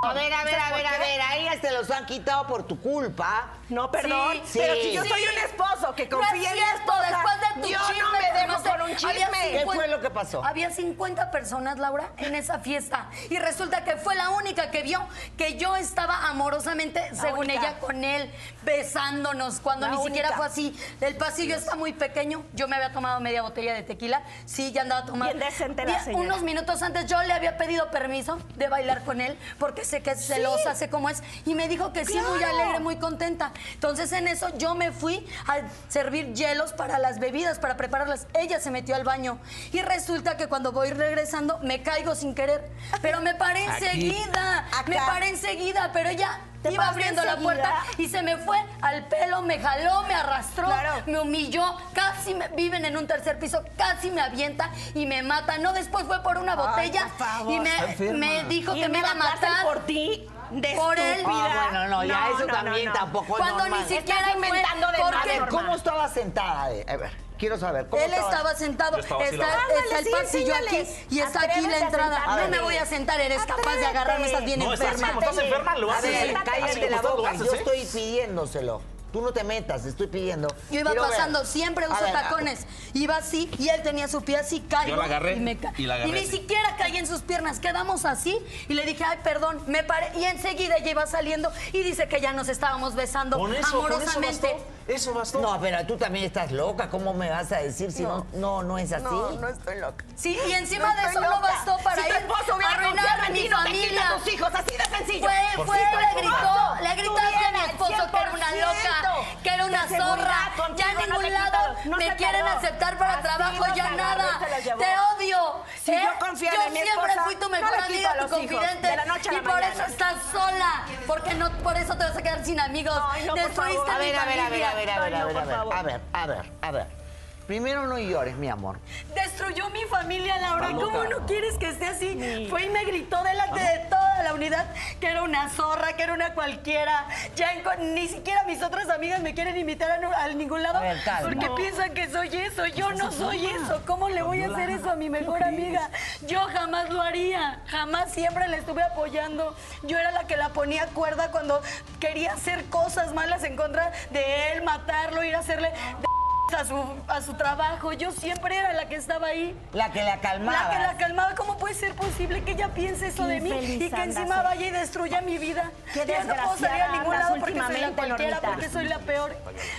A ver, a ver, a ver, a ver. A ella se los han quitado por tu culpa. No, perdón. Sí, pero sí. si yo soy un esposo que No confía es en mi cierto, esposa, después de tu yo chisme, no me porque dejo sé, por un había chisme. ¿Qué 50 fue lo que pasó? Había 50 personas, Laura, en esa fiesta. Y resulta que fue la única que vio que yo estaba amorosamente, según única. ella, con él, besándonos, cuando La ni siquiera única. fue así. El pasillo está muy pequeño. Yo me había tomado media botella de tequila. Sí, ya andaba tomando. Bien decente la Bien, señora. Unos minutos antes yo le había pedido permiso de bailar con él, porque sé que es celosa, sé cómo es. Y me dijo que sí, muy Claro. alegre, muy contenta. Entonces en eso yo me fui a servir hielos para las bebidas, para prepararlas. Ella se metió al baño y resulta que cuando voy regresando me caigo sin querer, pero me paré enseguida, Acá. me paré enseguida, pero ella ¿Te iba paraste abriendo la enseguida? puerta y se me fue al pelo, me jaló, me arrastró, Claro. me humilló, casi me viven en un tercer piso, casi me avienta y me mata. No, después fue por una botella por favor. y Está me, enferma. me dijo Y que me me iba a mandaste matar. por ti, de Por él. estúpida. Ah, bueno, no, ya eso también tampoco es Cuando ni normal. siquiera Estás fue, inventando de porque más, A ver, normal. ¿cómo estaba sentada? eh? A ver, quiero saber. ¿cómo él estaba sentado, Yo estaba así, está, la verdad. está el Ándale, sí, pasillo aquí enséñales. y está aquí la Atrévete a entrada. sentarte. No me voy a sentar, eres capaz de agarrarme, estás bien No, estás enferma. como estás enferma, lo A haces. ver, ¿eh? Así cállate como la estás, lo boca. haces, Yo ¿eh? estoy pidiéndoselo. Tú no te metas, estoy pidiendo. Yo iba Quiero ver. pasando, siempre A uso ver, tacones. Iba así y él tenía su pie así, caigo. Yo la agarré ca- y la agarré ni así. siquiera caí en sus piernas, quedamos así y le dije, ay, perdón, me paré. Y enseguida ella iba saliendo y dice que ya nos estábamos besando Con eso, con eso amorosamente. bastó. Eso bastó. No, pero tú también estás loca. ¿Cómo me vas a decir si no, no, no, es así? No, no estoy loca. Sí, y encima No de estoy eso no loca. bastó para si ir tu esposo a hubiera arruinar confiado a en ti, mi no te familia. quita a tus hijos, así de sencillo. Fue, Por fue, cierto, le gritó, le gritaste a mi Tuviera el esposo que era una loca, 100%. que era una De seguridad, zorra. contigo Ya en no te ningún quitaba, lado no me se quieren acabó. aceptar para Así trabajo, nos ya agarró y nada. se los llevó. Te odio. Si ¿eh? yo confiara en mi siempre esposa, fui tu no le mejor quito amiga, a tu los hijos, confidente. de la noche a la y por mañana. eso estás sola, porque no, por eso te vas a quedar sin amigos. Ay, no, por Destruiste favor. A mi ver, a ver, a ver, a ver, a ver, a Ay, no, ver, a por ver, favor. a ver, a ver, a ver. Primero no llores, mi amor. Destruyó mi familia, Laura. Está ¿Cómo loca. no quieres que esté así? Fue y me gritó delante Ah. de toda la unidad que era una zorra, que era una cualquiera. Ya en co- ni siquiera mis otras amigas me quieren invitar a, nu- a ningún lado A ver, calma. porque No. Pues piensan que soy eso. Yo no soy eso. ¿Cómo le voy a hacer eso a mi mejor amiga? Yo jamás lo haría. Jamás siempre la estuve apoyando. Yo era la que la ponía cuerda cuando quería hacer cosas malas en contra de él, matarlo, ir a hacerle... A su, a su trabajo, yo siempre era la que estaba ahí. La que la calmaba. La que la calmaba, ¿cómo puede ser posible que ella piense eso de mí Infeliz y que encima andas, vaya y destruya mi vida? Qué Yo no puedo salir desgraciada a ningún andas lado porque soy la últimamente, cualquiera, Lolita. porque soy la peor.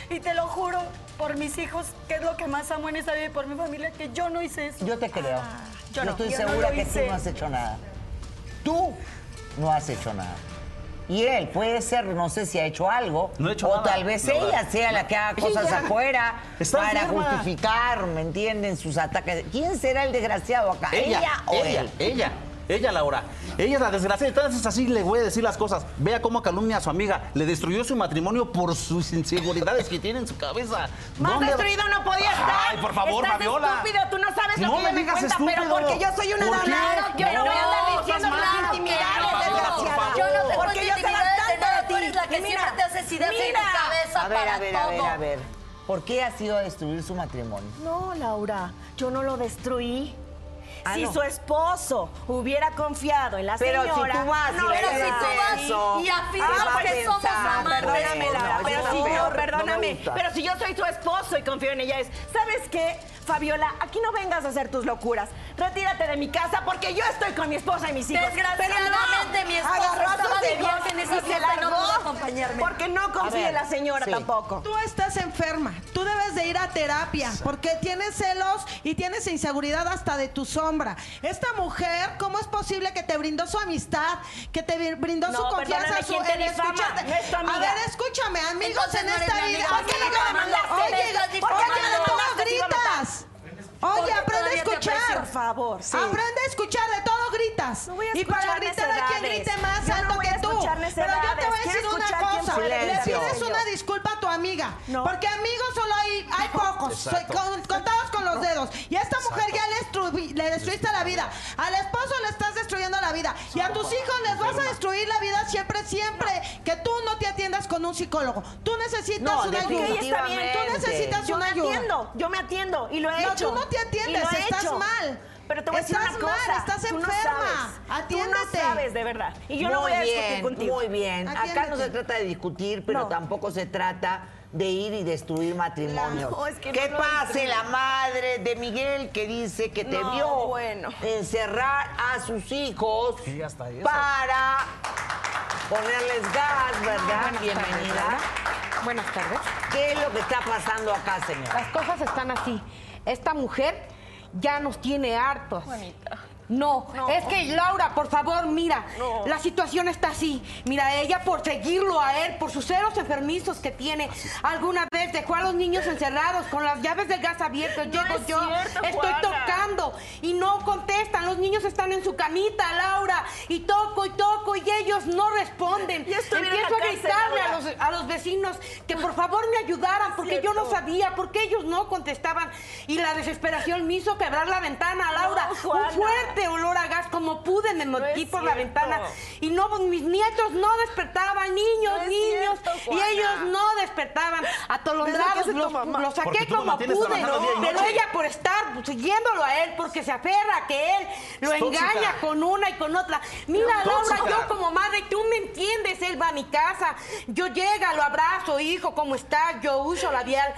Y te lo juro, por mis hijos, que es lo que más amo en esta vida y por mi familia, que yo no hice eso. Yo te creo. yo yo no, estoy yo no segura lo que tú hice. no has hecho nada. Tú no has hecho nada. Y él puede ser, no sé si ha hecho algo. No he hecho o nada, tal vez la verdad. ella sea la que haga cosas Ella afuera está para enferma. justificar, ¿me entienden? Sus ataques. ¿Quién será el desgraciado acá? ¿Ella, o ella, él? Ella, ella, Laura. Ella es la desgracia. Entonces así le voy a decir las cosas. Vea cómo calumnia a su amiga. Le destruyó su matrimonio por sus inseguridades que tiene en su cabeza. Más ¿Dónde- destruido no podía estar. Ay, por favor, Estás Fabiola. estúpido, tú no sabes lo No que me yo me digas cuenta, pero estúpido. porque yo soy una ¿Por qué? dana, yo no voy a No, andar diciendo estás mal. mis intimidades, Claro, desgraciada. Yo no te porque yo sé bastante de ti. Tú eres la que Y siempre mira, te haces ideas en mira. tu cabeza A ver, para a ver, todo. a ver, a ver. ¿Por qué ha sido a destruir su matrimonio? No, Laura, yo no lo destruí. Ah, si no. su esposo hubiera confiado en la Pero si señora... tú vas y no, le pero dices si tú vas eso, Ah, y afirmas ¿qué va a que somos pensar? amantes. Perdóname, Laura, No, pero yo si no, yo, no me perdóname, gusta. pero si yo soy su esposo y confío en ella es, ¿sabes qué? Fabiola, aquí no vengas a hacer tus locuras. Retírate de mi casa porque yo estoy con mi esposa y mis hijos. Pero no, Desgraciadamente, mi esposo agarró a sus estaba de hijos viaje en esa y se fiesta y no largó pudo acompañarme. Porque no A confía ver, en la señora sí. tampoco. Tú estás enferma, tú debes de ir a terapia porque tienes celos y tienes inseguridad hasta de tu sombra. Esta mujer, ¿cómo es posible que te brindó su amistad, que te bri- brindó No, su confianza, perdóname, su ¿quién te en difama? escucharte? No es tu amiga. A ver, escúchame, amigos Entonces en no eres esta mi vida. amiga, ¿Por qué ¿por qué no me mandaste? Me Oye, estás ¿por qué difamando. no Te iba a matar. gritas? Oye, Porque aprende a todavía te escuchar. aprecio. Por favor, sí. Aprende a escuchar, de todo gritas. No voy a y para escuchar gritar a quien necedades. grite más Yo no alto voy que a tú. escuchar Pero yo te voy a necedades. decir ¿Quieres una escuchar quién cosa. fue? Le Silencio. pides una disculpa a tu amiga. No. Porque amigos solo hay, hay pocos. so- con- contados con los dedos. Y a esta mujer ya le, estruvi- le destruiste la vida. Al esposo le estás destruyendo la vida. Y a tus hijos les vas a destruir la vida siempre, siempre. Que tú no te atiendas con un psicólogo. Tú necesitas No, una ayuda. definitivamente. Ok, está bien, tú necesitas Yo una me ayuda. atiendo, yo me atiendo y lo he No, hecho. tú no te atiendes, Y lo he estás hecho. mal. Pero te voy a Estás decir una mal, cosa. estás tú no enferma. sabes, Tú Atiéndete. no sabes, de verdad. Y yo no Muy voy a discutir bien, contigo. Muy bien. Acá no Atiéndete. se trata de discutir, pero No. tampoco se trata de ir y destruir matrimonios. Claro, es que no lo pase destruí. la madre de Miguel que dice que te No, vio bueno. encerrar a sus hijos Sí, hasta eso. para ponerles Ah, gas, ¿verdad? Bienvenida. Buenas tardes. ¿Qué es lo que está pasando acá, señora? Las cosas están así. Esta mujer ya nos tiene hartos. No, es que Laura, por favor, mira, la situación está así. Mira, ella por seguirlo a él, por sus ceros enfermizos que tiene, alguna vez dejó a los niños encerrados con las llaves del gas abiertas. Llego es yo, cierto, estoy Juana. tocando y no contestan. Los niños están en su camita, Laura, y toco y toco y ellos no responden. Ya estuviera en la Empiezo a cárcel, gritarle a Laura. los, a los vecinos que por favor me ayudaran porque yo no sabía, porque ellos no contestaban. Y la desesperación me hizo quebrar la ventana, Laura. Juana. Un fuerte olor a gas, como pude, me metí es por la cierto. ventana. Y no, pues, mis nietos no despertaban, niños, No es niños. cierto, y Juana. ellos no despertaban. Atolondrados, los, los Porque saqué tú lo como mantienes pude. trabajando día y Pero noche. ella por estar pues, siguiéndolo a él, porque se aferra que él lo Es tóxica. engaña con una y con otra. Mira, Laura, Tóxica. yo como madre, tú me entiendes, él va a mi casa, yo llega, lo abrazo, hijo, ¿cómo estás? Yo uso labial,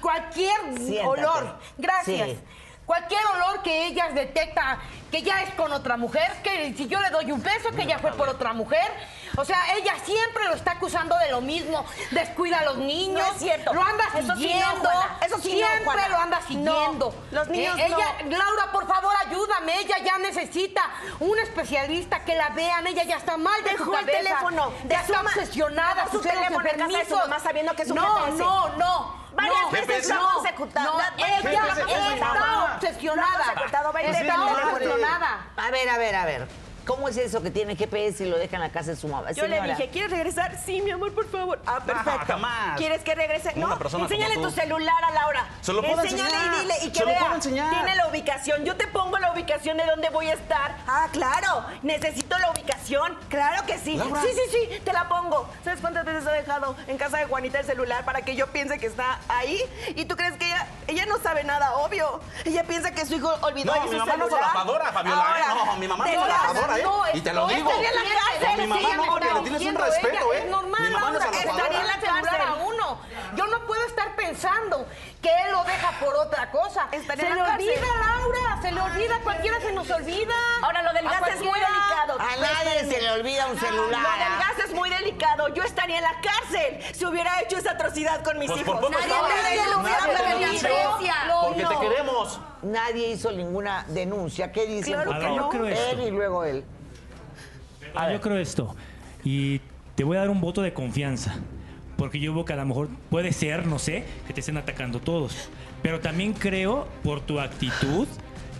cualquier Siéntate. olor, gracias. Sí. Cualquier olor que ellas detectan que ya es con otra mujer, que si yo le doy un beso, que ya fue por otra mujer. O sea, ella siempre lo está acusando de lo mismo. Descuida a los niños. No es cierto. Lo anda Eso siguiendo. sí no, Juana. Eso sí no, siempre Juana. lo anda No, siguiendo. Eh, los niños ella, no. Laura, por favor, ayúdame. Ella ya necesita un especialista que la vean. Ella ya está mal de Dejó su el cabeza. teléfono de Ya su está ma- obsesionada. dejó su celos teléfono en casa de su enfermizos. mamá sabiendo que es un No, GPS. no, no. Varias no, veces no, lo hemos ejecutado. no, Varias veces ella lo hemos ejecutado. está Lo obsesionada. hemos ejecutado, va y Está déjame Señora, por favor. obsesionada. A ver, a ver, a ver. ¿Cómo es eso que tiene GPS y lo deja en la casa de su mamá? Yo le Señora. dije, ¿quieres regresar? Sí, mi amor, por favor. Ah, perfecto. jamás. ¿Quieres que regrese? Una No, persona enséñale como tu tú. celular a Laura. Se lo puedo Enséñale enseñar. y dile y que Se lo vea. puedo enseñar. Tiene la ubicación. Yo te pongo la ubicación de dónde voy a estar. Ah, claro. Necesito la ubicación. Claro que sí. Laura. Sí, sí, sí. Te la pongo. ¿Sabes cuántas veces ha dejado en casa de Juanita el celular para que yo piense que está ahí? ¿Y tú crees que ella, ella no sabe nada, obvio? Ella piensa que su hijo olvidó No, y ahí mi su mamá no es celular. solapadora, Fabiola, ¿eh? No, mi mamá no es ¿de veras? solapadora, ¿eh? No, Y te lo no, digo. estaría en la cárcel, Mi mamá sí, no, porque está le tienes un Siendo ella, respeto, ¿eh? Es normal, Mi mamá no es Laura, estaría en salvadora. la celular a uno. Yo no puedo estar pensando que él lo deja por otra cosa. Estaría se en le la cárcel. olvida, Laura, se le olvida, cualquiera se nos olvida. Ahora, lo del A gas es muy cualquiera. delicado. Ah, pues A nadie se le olvida un celular. Lo del gas es muy delicado. Yo estaría en la cárcel si hubiera hecho esa atrocidad con mis Pues hijos. por poco Nadie te nadie- lo hubiera nadie te prevenido. denunció, Lo Porque te no. queremos. Nadie hizo ninguna denuncia. ¿Qué dicen? Claro Porque que no. yo creo esto. Él y luego él. Ah, yo creo esto. Y te voy a dar un voto de confianza. Porque yo veo que a lo mejor puede ser, no sé, que te estén atacando todos. Pero también creo, por tu actitud,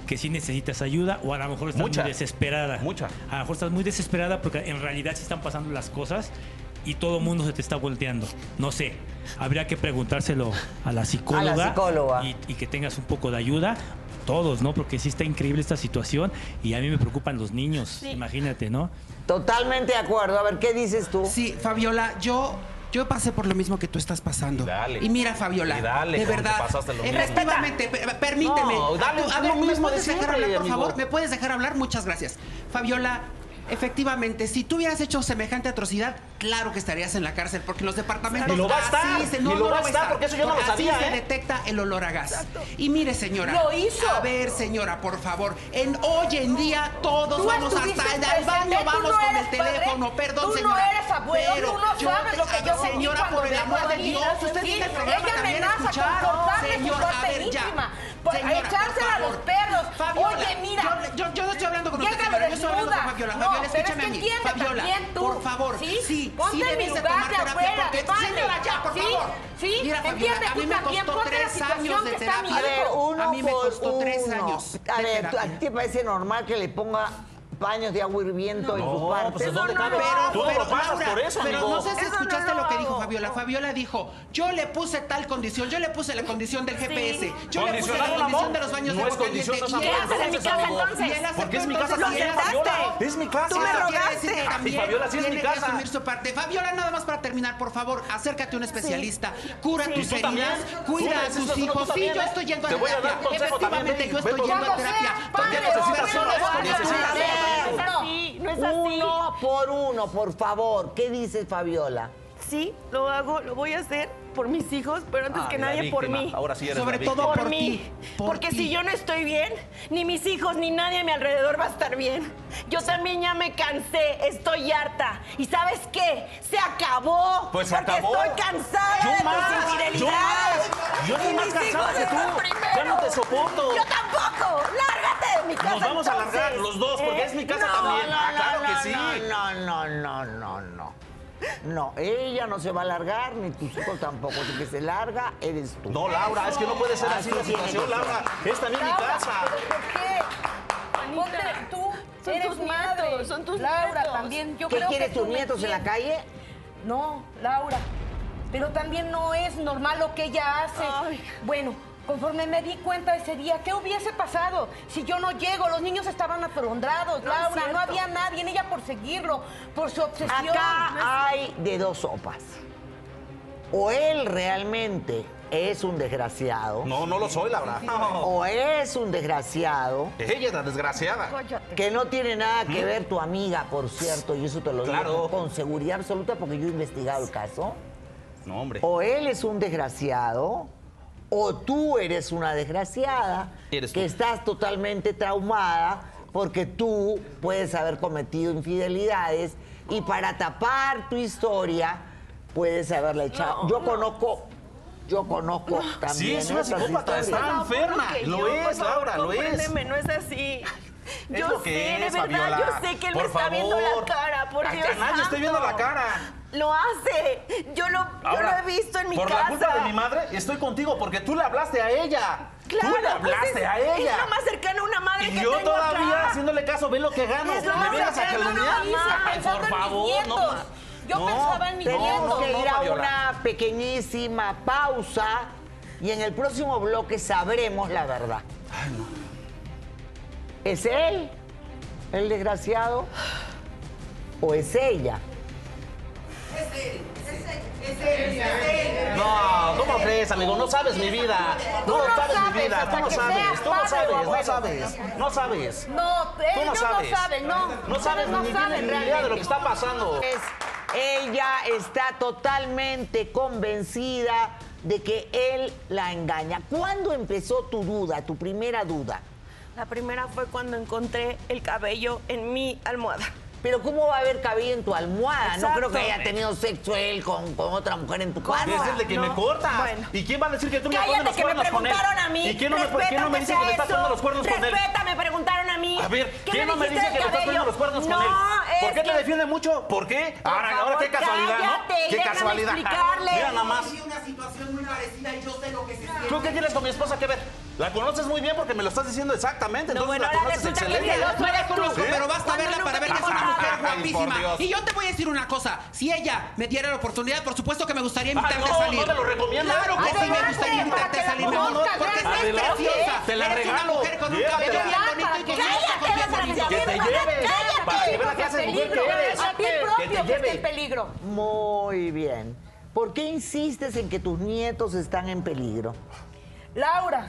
que sí necesitas ayuda o a lo mejor estás Mucha. muy desesperada. Mucha. A lo mejor estás muy desesperada porque en realidad sí están pasando las cosas y todo el mundo se te está volteando. No sé. Habría que preguntárselo a la psicóloga. psicóloga. Y, y que tengas un poco de ayuda. Todos, ¿no? Porque sí está increíble esta situación y a mí me preocupan los niños. Imagínate, ¿no? Totalmente de acuerdo. A ver, ¿qué dices tú? Sí, Fabiola, yo, yo pasé por lo mismo que tú estás pasando. Y dale. Y mira, Fabiola, Y dale, de como verdad, Eh, te pasaste lo mismo. efectivamente, pe- permíteme. No, dale, a, tu- a es ver, lo ¿me mismo de puedes dejar siempre, hablar, por amigo. favor? ¿Me puedes dejar hablar? Muchas gracias. Fabiola, efectivamente, si tú hubieras hecho semejante atrocidad, claro que estarías en la cárcel, porque en los departamentos... Ni lo va a estar, así se- ni lo va a estar, porque eso yo no lo sabía, Así se ¿eh? detecta el olor a gas. Y mire, señora. Lo hizo. A ver, señora, por favor. En, hoy en día todos Tú vamos hasta estuviste el presente, baño, tú vamos no con el eres padre, teléfono. Perdón, tú no señora. eres abuelo, pero tú no yo sabes te- lo que yo sentí Señora, cuando por el veo amor de a mi Dios, hija usted sufrir. tiene que programa Ella también amenaza con escuchar. cortarle su Señora, a ver, parte ya. íntima, por Señora, por echársela a los favor. perros. Fabiola, Oye, mira, Yo, yo- yo no estoy hablando con usted, Llega señora. Yo desnuda. estoy hablando con Fabiola. No, Fabiola, pero es escúchame que a mí. entiende Fabiola, también tú. por favor. Sí, Sí, ponte sí en mi debes de lugar tomar de terapia. abuela, de Porque, madre. señora, ya, por Sí, favor. sí, Mira, Fabiola, entiende a mí tú me también, costó ponte en la tres situación años que de está mi terapia. A ver, uno a mí me por costó tres uno. años. A de ver, ¿tú- ¿a terapia. ti te parece normal que le ponga paños de agua hirviendo en sus No, pues, partes? ¿dónde No, cabe? Tú no lo pasas por eso, pero amigo. no sé si Eso no escuchaste lo lo, que dijo hago. Fabiola. Fabiola dijo, yo le puse tal condición, yo le puse la condición del GPS, yo le puse Condicionar la un condición amor de los baños no de es agua caliente. condición, es y amor. él ¿Qué haces en mi aceptó casa, entonces, entonces? y él aceptó, Porque es mi casa, entonces, y él señora, aceptó. Fabiola. Es mi casa. Tú me Eso quiere rogaste. decir que también Fabiola, sí es mi tiene casa. que asumir su parte. Fabiola, nada más para terminar, por favor, acércate a un especialista, cura Sí. tus Tú también. heridas, Tú me cuida a dices eso, tus tú hijos. Sí, también, yo ¿eh? estoy yendo a Te voy a dar terapia. consejo también, Efectivamente, ven, yo ve estoy por yendo a tus terapia. Porque hijos. También necesitas necesitas uno, una ¿eh? Necesitas No es así, no es así. Uno por uno, por favor. ¿Qué dices, Fabiola? Sí, lo hago, lo voy a hacer por mis hijos, pero antes Ah, que la nadie por víctima. mí. Ahora sí eres Sobre la todo víctima. por, por mí. ti, por Porque ti. si yo no estoy bien, ni mis hijos, ni nadie a mi alrededor va a estar bien. Yo también ya me cansé, estoy harta. ¿Y sabes qué? Se acabó. Pues se porque acabó. estoy cansada Yo de más, tus yo infidelidades. más. Yo estoy Y más mis cansada hijos que tú. están primero. Ya no te soporto. Yo tampoco. Lárgate de mi casa. Nos Pues vamos a entonces. largar los dos, porque ¿Eh? es mi casa No, también. no, Ah, no, Claro que no, sí. No, no, no, no, no. No, ella no se va a largar, ni tus hijos tampoco. El que se larga eres tú. Ah, No, Laura, es que no puede ser así la tiene que situación, ser. Laura. Es también mi casa. ¿Por qué? Ponte tú, Son eres tus madre. nietos, son tus Laura, nietos. también. Yo ¿Qué creo quieres que tú tus me nietos en la entiendes. calle? No, Laura. Pero también no es normal lo que ella hace. Ay. Bueno, conforme me di cuenta ese día, ¿qué hubiese pasado si yo no llego? Los niños estaban atolondrados, No es Laura. cierto. No había nadie en ella por seguirlo, por su obsesión. Acá No es- hay de dos sopas. O él realmente es un desgraciado, No, no lo soy, Laura. No. o es un desgraciado Ella es la desgraciada. Mm. que no tiene nada que ver tu amiga, por cierto, y eso te lo digo Claro. con seguridad absoluta porque yo he investigado el caso. No, hombre. O él es un desgraciado, o tú eres una desgraciada Eres que tú. estás totalmente traumada porque tú puedes haber cometido infidelidades y para tapar tu historia puedes haberla echado. yo conozco, yo conozco Sí, también. es una otras psicópata, historias. está enferma. Lo es, Laura, lo es. Compréndeme, no es así. Es Yo lo que sé, es, de verdad, Fabiola. yo sé que él Por me está viendo la favor. cara, por A Dios que nadie esté viendo santo. la cara. Lo hace. Yo lo, yo Ahora, lo he visto en mi por casa. la culpa de mi madre, estoy contigo porque tú le hablaste a ella. Claro, tú le pues hablaste es- a ella. Es lo más cercano a una madre y que yo tengo todavía acá. haciéndole caso, ve lo que gano. Es lo ¿Me más vienes a cercano a una calumniar? mamá, Ay, por pensando en mis favor, no. nietos. Yo no, pensaba en mis no, Tenemos no, que no, ir a Fabiola. una pequeñísima pausa y en el próximo bloque sabremos la verdad. ¿Es él el desgraciado o es ella? No, ¿cómo Eh, crees, amigo? No sabes mi vida. Tú No no sabes mi sabes, vida. hasta Tú no que sabes. seas Tú padre no o sabes. No abuelo. sabes. No sabes. Eh, No, Tú ellos no no sabes. saben, no. No sabes Ustedes no ni saben tienen ni idea realmente. de lo que está pasando. Es- ella está totalmente convencida de que él la engaña. ¿Cuándo empezó tu duda, tu primera duda? La primera fue cuando encontré el cabello en mi almohada. Pero ¿cómo va a haber cabello en tu almohada? No creo Exacto. que haya tenido sexo él con, con otra mujer en tu casa. Es el de que me cortas. ¿Y quién va a decir que tú me pones los Cállate, que me cuernos con él? preguntaron a mí. ¿Y quién no me, por qué no me dice que le estás poniendo los cuernos con él? Respeta, me preguntaron a mí. A ver, ¿Qué ¿quién no me dice dijiste que le del estás poniendo cabello? los cuernos no, con él? ¿Por es qué te que- defiende mucho? ¿Por qué? ahora, favor, ahora qué casualidad, cállate y ¿no? Qué déjame casualidad. explicarle. Mira nada más. Viví una situación muy parecida y yo sé lo que se siente. ¿Tú qué tienes con mi esposa que ver? La conoces muy bien porque me lo estás diciendo exactamente. No, Entonces bueno, la ahora conoces resulta que excelente. el otro eres tú. ¿Sí? Pero basta verla para ver que es una mujer Ay, por guapísima. Dios. Y yo te voy a decir una cosa. Si ella me diera la oportunidad, por supuesto que me gustaría invitarte Ay, a no, salir. no te lo recomiendo. Claro que sí, me Adelante, gustaría invitarte a para que salir. la No, no, conozcas, porque estás adelante. preciosa. Te la Eres una regalo. mujer con un Llévatela. cabello bien bonito y con mucha confianza en ti. Que te lleve. Para que veas la clase de mujer que eres. Que te lleve. peligro. Muy bien. ¿Por qué insistes en que tus nietos están en peligro? Laura,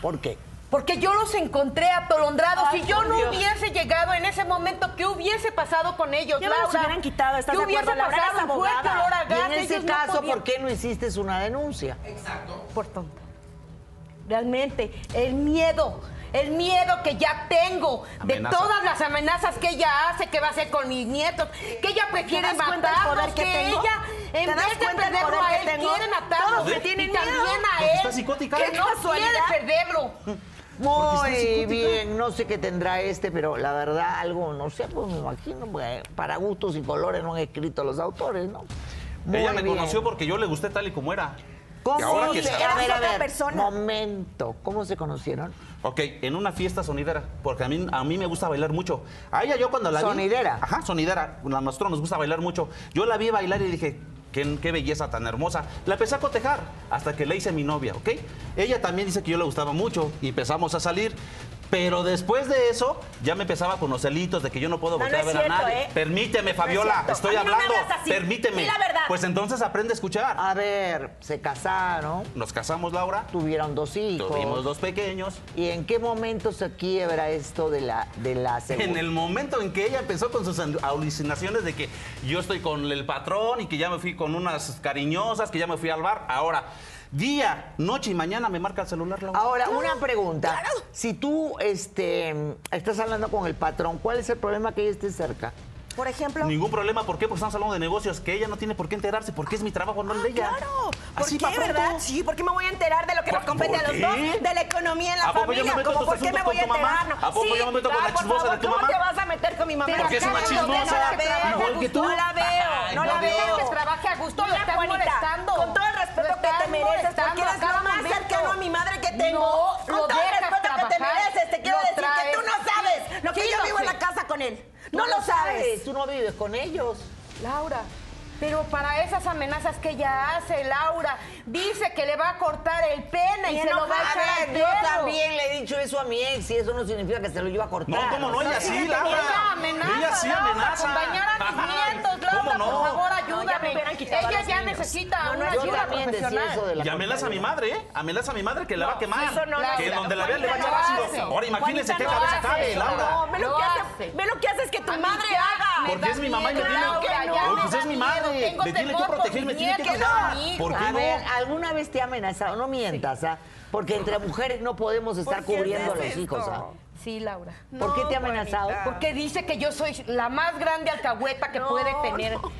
¿Por qué? porque yo los encontré atolondrados. Ay, si yo por no Dios. hubiese llegado en ese momento, ¿qué hubiese pasado con ellos, Ya me los Laura? hubieran quitado, ¿estás ¿Qué de hubiese acuerdo, Laura? Eres pasado? Un fuerte abogada. olor Y a en gas, ese ellos no caso, podían- ¿por qué no hiciste una denuncia? Por tonta. Realmente, el miedo, el miedo que ya tengo Amenaza. de todas las amenazas que ella hace, que va a hacer con mis nietos, que ella prefiere das cuenta del matarlos, poder que que, tengo? ella, ¿Te en das vez de cuenta del perderlo poder a que él, tengo? quieren Todos matarlos me y tienen también miedo. a Porque él, está psicótica. que Qué no casualidad. quiere perderlo. Muy bien, no sé qué tendrá este, pero la verdad algo, no sé, pues me imagino, porque para gustos y colores no han escrito los autores, ¿no? Muy Ella me bien. conoció porque yo le gusté tal y como era. ¿Cómo Y ahora que se- está- a ver, a ver, momento, ¿cómo se conocieron? Ok, en una fiesta sonidera, porque a mí, a mí me gusta bailar mucho. A ella yo cuando la vi... ¿Sonidera? Ajá, sonidera. A nosotros nos gusta bailar mucho. Yo la vi bailar y dije, qué, qué belleza tan hermosa. La empecé a cotejar hasta que le hice mi novia, ¿ok? Ella también dice que yo le gustaba mucho y empezamos a salir. Pero después de eso, ya me empezaba con los celitos de que yo no puedo No, no voltear es a ver a cierto, nadie. ¿eh? No Permíteme, es Fabiola, cierto. estoy A mí no me hablando. hablas así. Permíteme. Di la verdad. Pues entonces aprende a escuchar. A ver, se casaron, Nos casamos, Laura. tuvieron dos hijos. Tuvimos dos pequeños. ¿Y en qué momento se quiebra esto de la, de la En segunda? el momento en que ella empezó con sus an- alucinaciones de que yo estoy con el patrón y que ya me fui con unas cariñosas, que ya me fui al bar, ahora día, noche y mañana me marca el celular. Laura. Ahora, una pregunta. Si tú este, estás hablando con el patrón, ¿cuál es el problema que ella esté cerca? Por ejemplo. Ningún problema, ¿por qué? Porque estamos hablando de negocios que ella no tiene por qué enterarse, porque es mi trabajo, no el de ella. Ah, Claro. ¿Por Así qué, pa' pronto. verdad? Sí, ¿por qué me voy a enterar de lo que nos compete ¿por a los qué? dos? De la economía en ¿A la poco yo me familia. meto en ¿Cómo tus por qué me asuntos voy a con tu mamá? enterar? ¿A poco yo me meto con la chismosa de tu ¿cómo mamá? ¿Cómo te vas a meter con mi mamá? Porque es una Cállate, chismosa. No la Igual veo, que tú. no la veo, Ay, no la por veo. Dios. Que trabaje a gusto, Mira, lo estás Juanita, molestando. Con todo el respeto Lo que te estás mereces, porque molestando eres a lo cada más momento. cercano a mi madre que tengo. No, con lo todo el dejas respeto que te trabajar, mereces, te quiero lo decir que traes. tú no sabes lo que Sí, yo lo vivo en sé. la casa con él. Tú No lo lo sabes. Tú no vives con ellos. Laura, pero para esas amenazas que ella hace, Laura, dice que le va a cortar el pene y, Bien se lo va a enojada. echar al Yo perro. también le he dicho eso a mi ex y eso no significa que se lo iba a cortar. No, cómo no, ella sí, Ella Laura. amenaza, Ella sí Laura, amenaza. acompañar a mis Ay, nietos, ¿cómo Laura, no? por favor, No, ya me ayúdame. hubieran quitado a ella los ya niños. necesita No, no, una yo ayuda también decía profesional. eso de la Y amenaza a mi madre, ¿eh? Amenaza a mi madre que la va a quemar. eso no, que Laura. donde la vea le va a Juanita, echar no ácido. hace. Ahora imagínense qué Juanita, no cabeza hace cabe, eso. Laura. No, ve lo, Lo que hace. hace, ve lo que haces que tu A mí madre ya haga. me Porque da es mi mamá y me miedo, tiene que- Laura, Porque ya me Pues es da mi miedo, madre, me tengo tiene que temor por proteger, me mis tiene que nietos, cuidar. mi hijo. ¿Por qué A no? ver, ¿alguna vez te ha amenazado? No mientas, ¿ah? Porque entre mujeres no podemos estar ¿Por qué cubriendo a los haces hijos, esto? ¿ah? Sí, Laura. ¿Por qué te ha amenazado? Porque dice que yo soy la más grande alcahueta que No, puede tener no.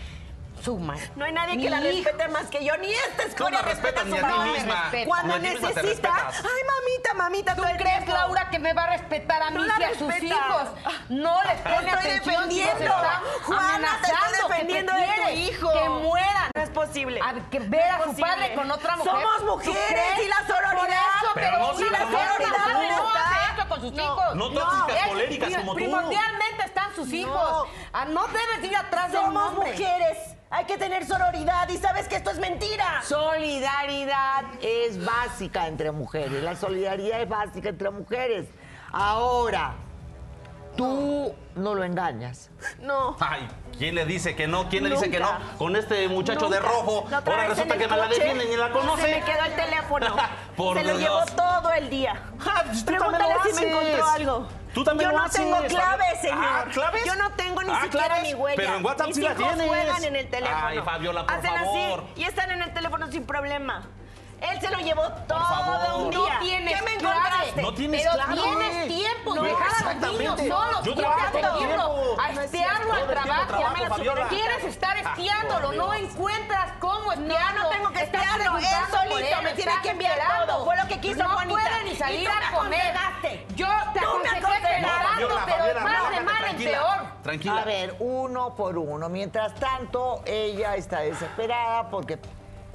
su madre. No hay nadie que Mi la hija. respete más que yo, ni esta escoria Tú no respeta respetas a su ni a ti mamá. misma. Ni a ti Cuando misma te necesita. respetas. Ay, mamita, mamita, ¿Tú todo el crees, tiempo. Laura, que me va a respetar a Tú mí la y a sus respetas. hijos? No les pone estoy atención si los defendiendo. está Juana, te amenazando, estoy que defendiendo te de tu quiere, hijo. Que mueran. No es posible. A que ver a su padre con otra mujer. Somos ¿Tú mujeres crees? y la sororidad. Por eso, Pero pero, no si se la conoce. sororidad No, no hace está- esto con sus hijos. no tóxicas coléricas pri- como tú. Primordialmente están sus hijos. Ah, No debes ir atrás de un Somos hombre. mujeres. Hay que tener sororidad y sabes que esto es mentira. Solidaridad es básica entre mujeres. La solidaridad es básica entre mujeres. Ahora, tú no lo engañas. No. Ay, ¿quién le dice que no? ¿Quién le dice que Nunca. no? Con este muchacho de Nunca. rojo. Lo traes Ahora en resulta el que me la coche defienden y la Se conocen. me quedó el teléfono. Por se lo Dios. Ah, pues llevó todo el día. tú también Pregúntale lo si me haces. encontró algo. Tú también Yo lo no haces, tengo claves, Fabi- señor. Ah, ¿claves? Yo no tengo ni Ah, siquiera ¿claves? mi huella. Pero en WhatsApp Mis sí la hijos tienes. juegan en el teléfono. Ay, Fabiola, por Hacen favor. así y están en el teléfono sin problema. Él se lo llevó todo favor. un día. No tienes ¿Qué me clave. encontraste? No tienes pero clave. tienes tiempo No, de dejar a los niños exactamente. solos. Yo ¿Quién trabajo te todo hace el tiempo? tiempo. No A es espiarlo cierto, al todo el tiempo trabajo. trabajo, Fabiola. Quieres estar espiándolo. por No Dios. encuentras cómo espiarlo. no tengo que Estás espiarlo, él preguntando por solito me estás tiene que enviar esperando. todo. Fue lo que quiso no Juanita. puede ni salir Y tú a me comer. aconsejaste. Yo te Tú me aconsejé aconsejaste. No, esperando, Fabiola, pero Fabiola, más de relájate, mal en tranquila, peor. Tranquila. A ver, uno por uno. Mientras tanto, ella está desesperada porque...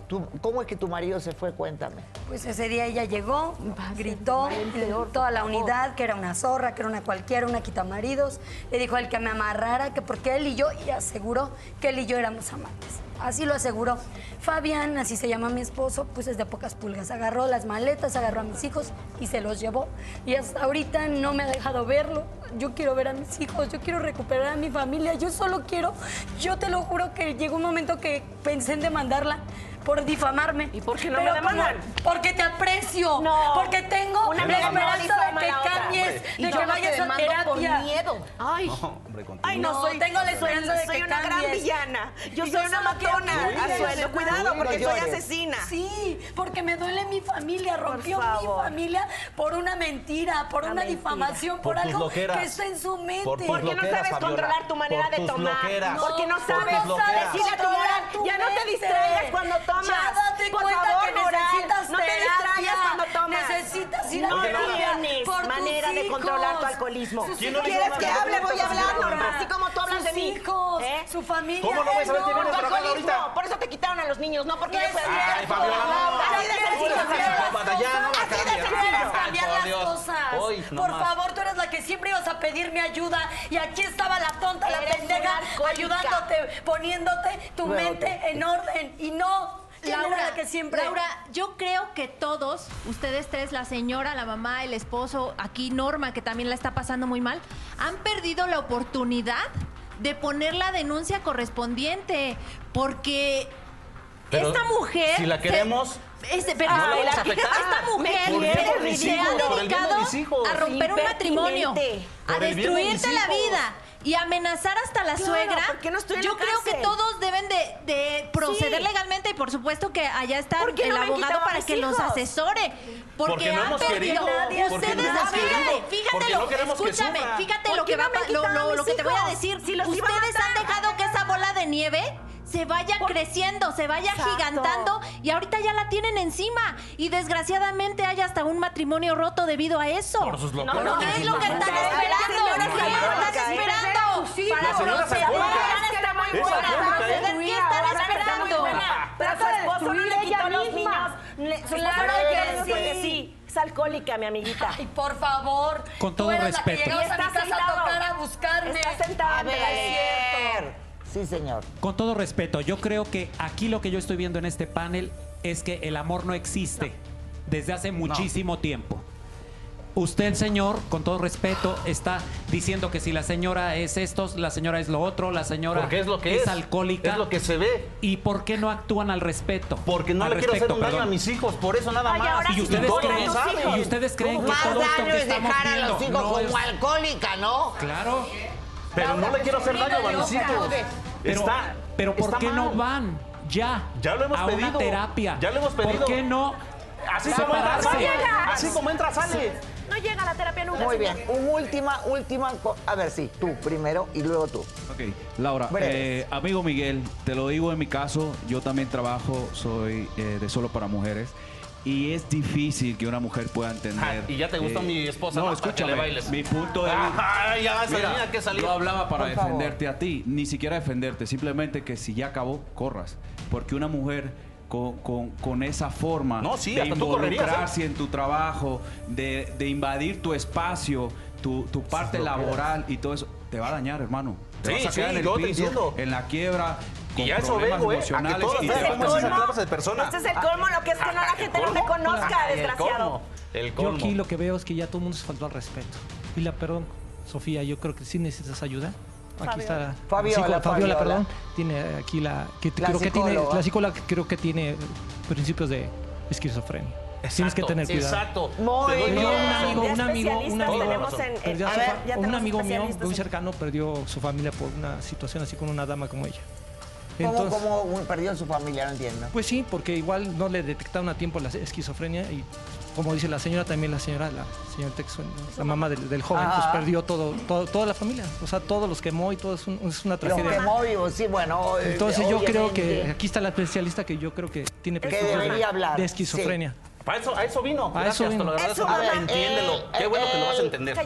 tú- ¿Cómo es que tu marido se fue? Cuéntame. Pues ese día ella llegó, gritó en toda la unidad que era una zorra, que era una cualquiera, una quitamaridos. Le dijo al que me amarrara que porque él y yo, y aseguró que él y yo éramos amantes. Así lo aseguró. Fabián, así se llama mi esposo, pues es de pocas pulgas. Agarró las maletas, agarró a mis hijos y se los llevó. Y hasta ahorita no me ha dejado verlo. Yo quiero ver a mis hijos, yo quiero recuperar a mi familia, yo solo quiero, yo te lo juro que llegó un momento que pensé en demandarla por difamarme. ¿Y por qué no me demandan? porque te aprecio. No. Porque tengo Una la amiga no esperanza difama de a que la otra. cambies, Y de yo que no te vayas a demando por terapia. miedo. Ay. Hombre, continúa. Ay, no, No, soy, tengo la esperanza soy, de que soy una gran cambies. villana. Yo Y soy yo una solo quiero matona, que cuides, Azuelo. ¿verdad? Cuidado, porque No soy llores. asesina. Sí, porque me duele mi familia, rompió mi favor. familia por una mentira, por una, mentira. difamación, por, Por tus algo loqueras. que está en su mente. Por tus Porque no loqueras, sabes Fabiola. controlar tu manera Por de tus tomar. loqueras. Porque no Por tus sabes loqueras. decirle a tu moral. Controlar tu Ya no te mente. distraigas cuando tomas. Ya date Por cuenta favor, que moral. necesitas No te terapia. distraigas cuando tomas. Necesitas ir a No terapia tienes por tus manera de hijos. controlar tu alcoholismo. Sus ¿Quién hijos no le van llama? a ver ¿Quieres que hable? cómo Voy a se hablar, llama. Norma, así como tú hablas Sus de mí. hijos, ¿Eh? su familia. ¿Cómo no voy a saber que enorme. viene programado ahorita? Por eso te quitaron a los niños, no porque No yo es pueda. cierto. Ay, Fabiola, no. Así de Tú sencillo. eres la que va a batallar, no va a Así de cambiar. sencillo. Ay, por cambiar las Dios. cosas. Hoy, no Por más. favor, tú eres la que siempre ibas a pedirme ayuda y aquí estaba la tonta, la Eres una pendeja, alcohólica. ayudándote, poniéndote tu Luego tú. mente en orden y no ¿quién era la que siempre. Laura, yo creo que todos, ustedes tres, la señora, la mamá, el esposo, aquí Norma, que también la está pasando muy mal, han perdido la oportunidad de poner la denuncia correspondiente, porque Pero esta mujer... si la se- queremos, este, pero no la ay, vamos a la- afectar. esta mujer Por el bien de se- mis se hijos, ha por el bien de dedicado mis hijos. a romper un matrimonio, Impertinente. a Por el bien de mis destruirte la hijos. vida y amenazar hasta la Claro, suegra. ¿por qué no estoy en yo la creo que cárcel? todos deben de, de proceder Sí. legalmente y por supuesto que allá está ¿Por qué el no me han abogado quitado a para mis que los hijos? asesore. Porque, Porque no han hemos perdido. querido, porque Ustedes, no hemos fíjate, querido, fíjate porque lo, no queremos que escúchame, sufra. fíjate ¿Por lo qué que va no me pa- han lo, quitado lo- a mis lo que te voy a hijos? decir. Si los iba a Ustedes han matar. dejado que esa bola de nieve se vaya creciendo, se vaya Exacto. gigantando y ahorita ya la tienen encima y desgraciadamente hay hasta un matrimonio roto debido a eso. Por sus locuras. No, no es lo que están Ustedes, esperando. señoras No es lo que están alcohólicas, ¿eh? esperando. La señora se Para alcohólica. proteger a esta Es mujer. alcohólica, ¿eh? ¿Ustedes qué están esperando? Pero Trata de su esposo no le destruir quitó ella los niños. misma. Le- Su esposo Claro no le quitó que los niños porque sí. sí. Es alcohólica, mi amiguita. Ay, por favor. Con Tú todo eres la que respeto. llegabas a mi Está casa sentado. a tocar, a buscarme. Está sentado. A ver. Sí, señor. Con todo respeto, yo creo que aquí lo que yo estoy viendo en este panel es que el amor no existe desde hace muchísimo tiempo. Usted, señor, con todo respeto, está diciendo que si la señora es esto, la señora es lo otro, la señora Porque es lo que es. alcohólica. Es lo que se ve. ¿Y por qué no actúan al respeto? Porque no Al le quiero hacer respecto, un daño perdón. a mis hijos, por eso nada Ay, más. ahora ¿Y sí ustedes, tú Todos lo creen- saben. hijos. creen, y ustedes creen que Más todo esto daño que es estamos dejar a los hijos viendo no como es- alcohólica, ¿no? Claro. Pero no le quiero hacer daño a mis hijos. Pero, Está- pero ¿por está qué no mal. van ya? Ya lo hemos a pedido. una terapia. Ya lo hemos ¿Por pedido. qué no Así como entra, separarse? sale. Así como entra, sale. No llega a la terapia nunca. Muy bien, señor. un última, última. co- A ver, sí, tú primero y luego tú. Ok, Laura, Breve. eh, amigo Miguel, te lo digo en mi caso, yo también trabajo, soy eh, de solo para mujeres. Y es difícil que una mujer pueda entender. Ah, eh, y ya te gusta mi esposa, No, más para que escúchame. le bailes. Mi punto de vista. Ajá, ya vas a Mira, venir, hay que salir. Yo hablaba para Por favor. defenderte a ti, ni siquiera defenderte, simplemente que si ya acabó, corras. Porque una mujer con, con- con esa forma No, sí, de hasta tú correrías, ¿eh? involucrarse en tu trabajo, de, de invadir tu espacio, tu, tu parte lo que laboral y todo eso, te va a dañar, hermano. Te Sí, vas a quedar sí, en yo el te piso, entiendo. en la quiebra, con Y ya eso problemas vengo, ¿eh? A que emocionales todas y las te clases vas a- colmo. clases de personas. Este es el colmo, lo que es que no la gente no me colmo? conozca, Ajá, el desgraciado. colmo. El Yo colmo. aquí lo que veo es que ya todo el mundo se faltó al respeto. Y la perdón, Sofía, yo creo que sí necesitas ayuda. Aquí está Fabiola. sí, con Fabiola, Fabiola. perdón. Tiene aquí la que La creo que tiene psicóloga. la psicóloga que creo que tiene principios de esquizofrenia. Tienes que tener cuidado. Exacto. Muy Tengo bien. Un amigo, Ya un amigo, un especialistas amigo, tenemos en- en- perdió a a su ver, fa- ya un tenemos amigo mío especialistas muy en- cercano perdió su familia por una situación así con una dama como ella. ¿Cómo, Entonces, cómo un- perdió su familia? No entiendo. pues sí, porque igual no le detectaron a tiempo la esquizofrenia y como dice la señora, también la señora, la señora Texo, la mamá del, del joven, pues Ajá. perdió todo, todo- toda la familia, o sea, todos los quemó y todo es, un- es una Los tragedia. quemó vivos, sí, bueno. eh, Entonces yo creo que obviamente. aquí está la especialista que yo creo que tiene Que principios de- debería hablar, de sí. esquizofrenia. Para eso, a eso vino. A Gracias, eso te vino. lo agradezco. A ver, Entiéndelo. él- Qué bueno que lo vas a él- entender.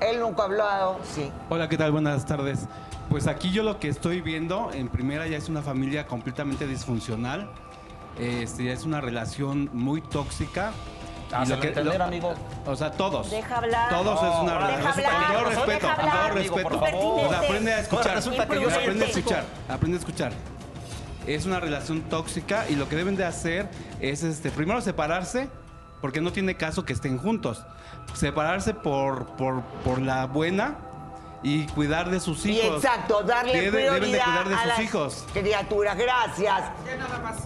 Él nunca ha hablado, sí. Hola, ¿qué tal? Buenas tardes. Pues aquí yo lo que estoy viendo, en primera ya es una familia completamente disfuncional, este, ya es una relación muy tóxica. Hazlo entender, amigo. O sea, todos. Deja hablar. Todos es una No, relación. deja hablar. con todo Deja respeto, con hablar, todo amigo, por respeto. favor. O sea, aprende a escuchar. Ahora resulta que yo soy el aprende a tóxico. escuchar. Aprende a escuchar. Es una relación tóxica y lo que deben de hacer es este primero separarse porque no tiene caso que estén juntos. Separarse por, por, por la buena y cuidar de sus Y hijos. exacto, darle Debe- prioridad deben de cuidar de a sus las hijos. criaturas. Gracias. Ya nada más.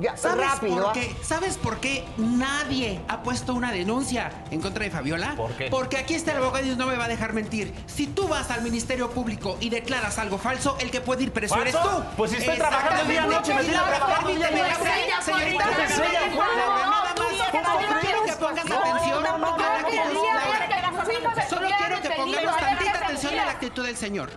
Ya, ¿Sabes rápido. por ¿ah? qué? ¿Sabes por qué nadie ha puesto una denuncia en contra de Fabiola? ¿Por qué? Porque aquí está el abogado y no me va a dejar mentir. Si tú vas al Ministerio Público y declaras algo falso, el que puede ir preso ¿Falso? eres tú. Pues si estoy trabajando día y noche, me tiene trabajando día y noche. Señorita, señorita, Pues ella, señorita, por favor, nada más, solo quiero que pongas atención a la actitud, Laura. Solo quiero que pongamos tantita atención a la actitud del señor.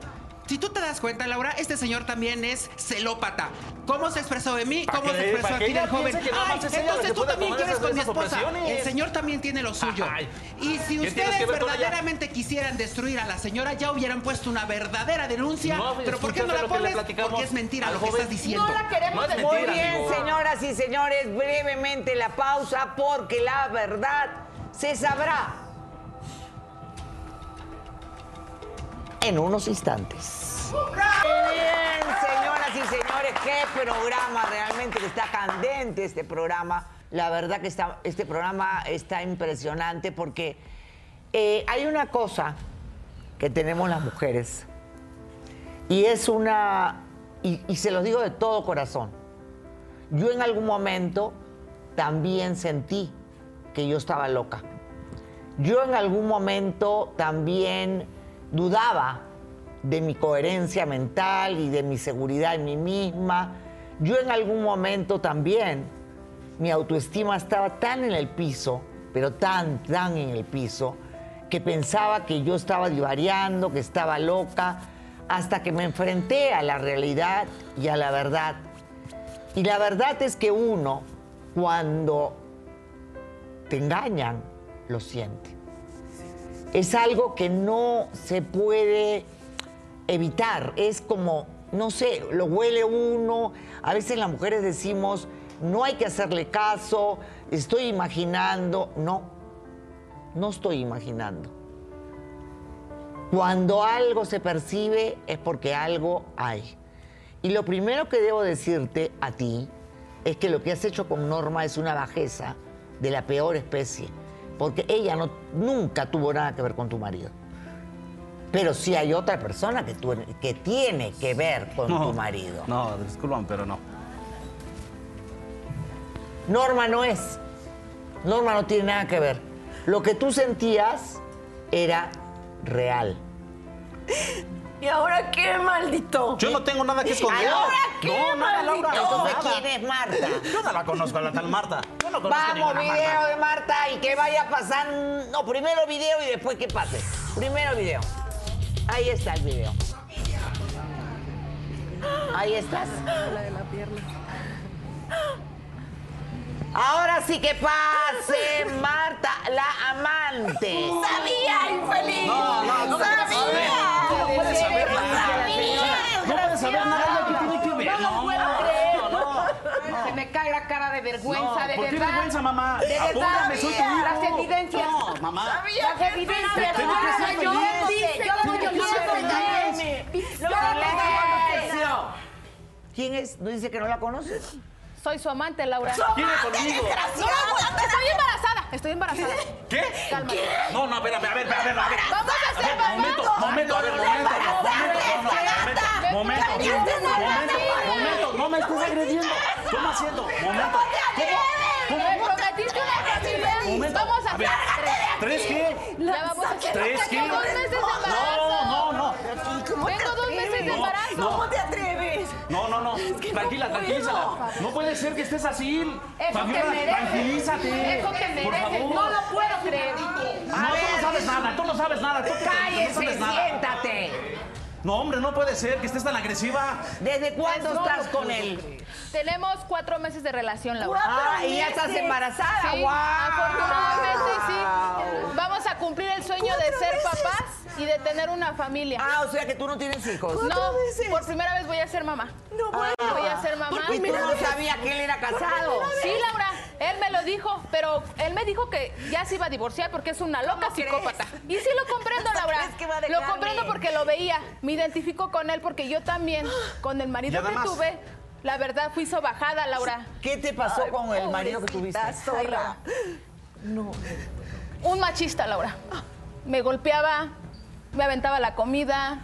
Si tú te das cuenta, Laura, este señor también es celópata. ¿Cómo se expresó de mí? Pa' ¿Cómo que- se pa' expresó que aquí ella del joven? piense que nada Ay, más es ella la que entonces tú puede también tomar quieres esas- con mi esas esposa. opresiones. El señor también tiene lo suyo. Ay. Y si ¿Qué tienes que ustedes ver con ella? verdaderamente quisieran destruir a la señora, ya hubieran puesto una verdadera denuncia. No, Pero ¿por qué no escúchate la lo que le pones? platicamos Porque es mentira al lo que joven. Pues, estás diciendo. No la queremos No es Muy mentira, bien, amigo. señoras y señores, brevemente la pausa porque la verdad se sabrá en unos instantes. Muy bien, señoras y señores, qué programa realmente que está candente este programa. La verdad que está, este programa está impresionante porque eh, hay una cosa que tenemos las mujeres y es una, y, y se los digo de todo corazón, yo en algún momento también sentí que yo estaba loca. Yo en algún momento también dudaba de mi coherencia mental y de mi seguridad en mí misma. Yo en algún momento también, mi autoestima estaba tan en el piso, pero tan, tan en el piso, que pensaba que yo estaba divariando, que estaba loca, hasta que me enfrenté a la realidad y a la verdad. Y la verdad es que uno, cuando te engañan, lo siente. Es algo que no se puede evitar. Es como, no sé, lo huele uno. A veces las mujeres decimos, no hay que hacerle caso, estoy imaginando. No, no estoy imaginando. Cuando algo se percibe es porque algo hay. Y lo primero que debo decirte a ti es que lo que has hecho con Norma es una bajeza de la peor especie, porque ella no, nunca tuvo nada que ver con tu marido. Pero sí hay otra persona que, tu- que tiene que ver con No, tu marido. No, disculpan, pero no. Norma no es. Norma no tiene nada que ver. Lo que tú sentías era real. ¿Y ahora qué, maldito? Yo no tengo nada que esconder. ¿Ahora qué, no, nada, Laura. maldito? Entonces, Entonces, nada. ¿quién es Marta? Yo no la conozco a la tal Marta. Yo no conozco a Vamos, ninguna Marta. video de Marta y que vaya pasando. No, primero video y después que pase. Primero video. Ahí está el video. Ahí estás. La de la pierna. Ahora sí que pase Marta, la amante. ¡Sabía, infeliz! No, no, no ¡Sabía! sabía. No puede saber nada. No puede saber nada que tiene que ver. No lo puedo creer. no. Se me cae la cara de vergüenza, No, de ¿por qué verdad. vergüenza, mamá? De verdad. Apúntame, soy tu hijo. Las evidencias. No, mamá. Sabía Las evidencias. Te tengo que ser Yo feliz. lo sé, yo lo Tienes que yo ser lo feliz. sé. Lo Yo que lo le sé. conoció. ¿Quién es? ¿No dice que no la conoces? Soy su amante, Laura. ¡Su Viene amante, conmigo! desgraciada! No, no, no, estoy embarazada. Estoy embarazada. ¿Qué? Calma. No, no, espérame, a ver, espérame, a ver. Vamos a hacer A ver, Momento, papá. momento, a ver, momento, momento, momento, ¡Me momento, engañaste en la momento, vida! momento, no me estés agrediendo. ¿Cómo haciendo? Momento. ¿Cómo? Me prometiste una Momento. facilidad. Vamos a A ver, hacer ¿tres qué? Ya vamos a hacer ¿Tres qué? Tengo dos meses de embarazo. No, no, no. Tengo dos meses de embarazo. No, no. ¿Cómo te atreves? No, no, no. Tranquila, puedo. tranquilízala. No puede ser que estés así. Eso Fabiola, que mereces. Tranquilízate. Eso que Por mereces. favor. No lo puedo creer. No, tú no sabes nada, tú no sabes nada. Tú Cállese, no sabes nada. siéntate. No, hombre, no puede ser que estés tan agresiva. ¿Desde cuándo Pues No estás lo con puedo él? Tenemos cuatro meses de relación, Laura. ¿Cuatro Ah, y ya meses? estás embarazada, Sí, guau. Afortunadamente, sí. Vamos a cumplir el sueño de ¿Cuatro ser meses? papás y de tener una familia. Ah, o sea que tú no tienes hijos. no, por primera vez voy a ser mamá. No bueno. Voy a ser mamá. Por primera Y tú no vez. sabías que él era Por casado. primera vez. Sí, Laura, él me lo dijo, pero él me dijo que ya se iba a divorciar porque es una loca psicópata. Y sí lo comprendo, Laura. Lo comprendo porque lo veía. Me identifico con él porque yo también, con el Ya marido nada que más. tuve, la verdad fui sobajada, Laura. ¿Qué te pasó con el marido que tuviste? Ay, Laura. Un machista, Laura. Me golpeaba, me aventaba la comida,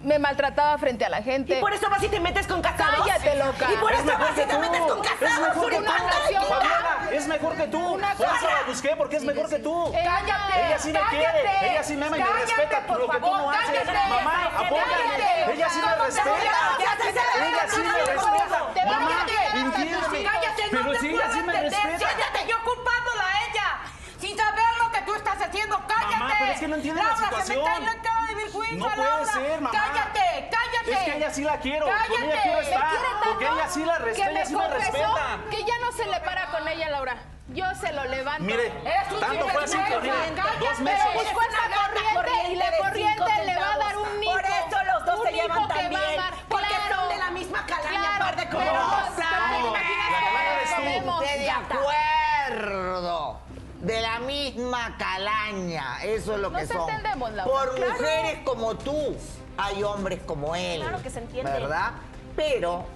me maltrataba frente a la gente. ¿Y por eso vas y te metes con casados? Cállate, loca. ¿Y por Es eso mejor vas que y te tú. metes con Es casados? mejor que Una tú. relación. Fabiola, es mejor que tú. Por eso cosa. la busqué, porque es mejor que tú. Cállate, Ella sí me cállate, quiere. Ella sí me ama y me cállate, respeta por lo que tú favor, no haces. cállate, Mamá, cállate, apóyame. cállate. Ella sí me ¿Cómo te respeta. voy a hacer? Ella sí me Te voy a respeta. hacer. Mamá, Cállate, entiéndeme. Cállate, no Pero te si ella puedo sí me entender. respeta. Siéntate yo culpándola a ella. Sin saber lo que tú estás haciendo, cállate. Mamá, pero es que no entiende la Laura, situación. se me cae la cara de vergüenza, No puede Laura. ser, mamá. Cállate, cállate. Es que ella sí la quiero, con Cállate. ella quiero Me estar, quiere tanto porque ella sí la respeta, que me ella sí me confesó respeta. Que ya no se le para con ella, Laura. Yo se lo levanto. Mire, Eres un tanto fue así que sinvergüenza. ahorita, Cállate, dos meses. Pero buscó Eres una esa gata corriente y la corriente de corriente cinco le va a dar un centavos. hijo. Por eso los dos un se llevan hijo tan que va a bien, amar. porque Claro, son de la misma calaña, claro, par de pero cosas. no, No, la imagínate calaña que eres tú. comemos, Estoy de gata. acuerdo. De la misma calaña. Eso es lo que Nos son. entendemos, Laura. Por Claro. mujeres como tú, hay hombres como él. Claro que se entiende. ¿Verdad? Pero.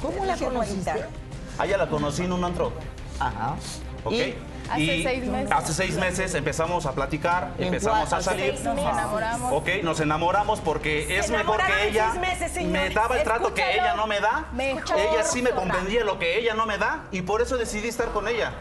¿Cómo la conociste? Ah, ya la conocí en un antro. Ajá. Ok. Hace seis meses. Hace seis meses empezamos a platicar, ¿En empezamos cuál? a Hace salir. seis meses. Nos enamoramos. Ok, nos enamoramos porque Se es mejor enamoraron que en ella seis meses, me señores. daba el trato que Escúchalo. ella no me da. Mejor Ella sí me sola. comprendía lo que ella no me da y por eso decidí estar con ella.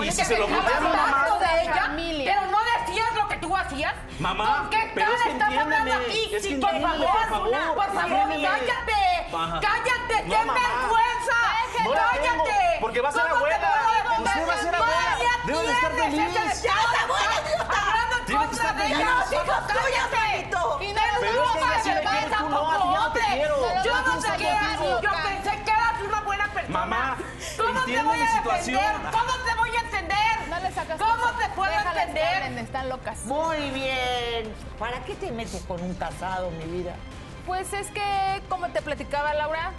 Y si se lo conté a mi mamá, tanto de ella, Familia. pero no decías lo que tú hacías. Mamá, ¿Con qué pero cara es que estás hablando entiéndeme, aquí? es que Sí, por entiéndeme, favor, por favor, por favor, entiéndeme. cállate. Ajá. Cállate, No, qué mamá. vergüenza. No la tengo, cállate. porque va a ser ¿Cómo te abuela. puedo Usted va a ser defender? abuela. Ya Debe de estar tienes feliz. ese chavo de abuela, hablando en Tiene que contra estar de feliz. ella. Los hijos Cállate. Y no Pero lo es que hagas, ella sí me quiere, vergüenza, tú no, a ti ya no te hombre. quiero. Yo Yo no no sé estoy qué contigo. haces. Yo pensé que eras una buena persona. Mamá, ¿Cómo te entiende voy mi a situación. defender? ¿Cómo te voy a entender? No le sacas ¿Cómo cosas. te puedo Déjalas que entender? hablen, Están locas. Muy bien. ¿Para qué te metes con un casado, mi vida? Pues es que, como te platicaba Laura,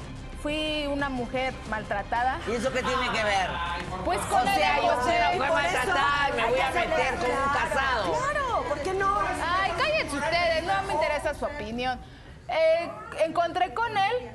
fui una mujer maltratada. ¿Y eso qué tiene que ver? Pues O con sea, el yo soy la ego. mujer Por eso maltratada y me hay voy que a meter con un celebrar. casado. Claro, ¿por qué no? Ay, cállense ustedes, no me interesa su opinión. Eh, encontré con él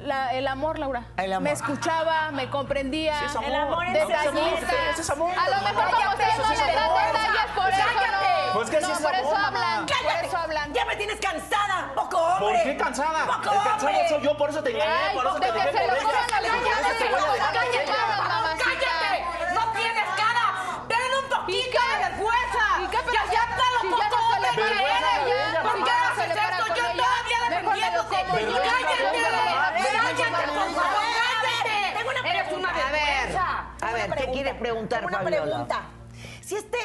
la- el amor, Laura. El amor. Me escuchaba, me comprendía. Sí, es amor. El amor es detallista. amor, sí, es amor. A lo mejor como Cállate, ustedes no eso sí les es dan amor. detalles, por eso Cállate. no. Pues que sí no, es por eso amor, mamá. hablan, por eso hablan. Ya me tienes cansada, poco ¿Por hombre. qué cansada? Poco El cansado hombre. soy yo, por eso te engañé, Ay, por eso porque te dejé se por lo ella. comen a la Y por eso te voy a gente, dejar por cállate, ella. mamá. Mamacita. ¡Cállate! ¡No tienes cara! ¡Ten un poquito de vergüenza! ¿Y qué? Pero ¡Ya, ya si está ya lo no poco se le hombre que vergüenza eres! a ella, ¿Por mamá. qué Se preguntar, Una Fabiola. pregunta. Si este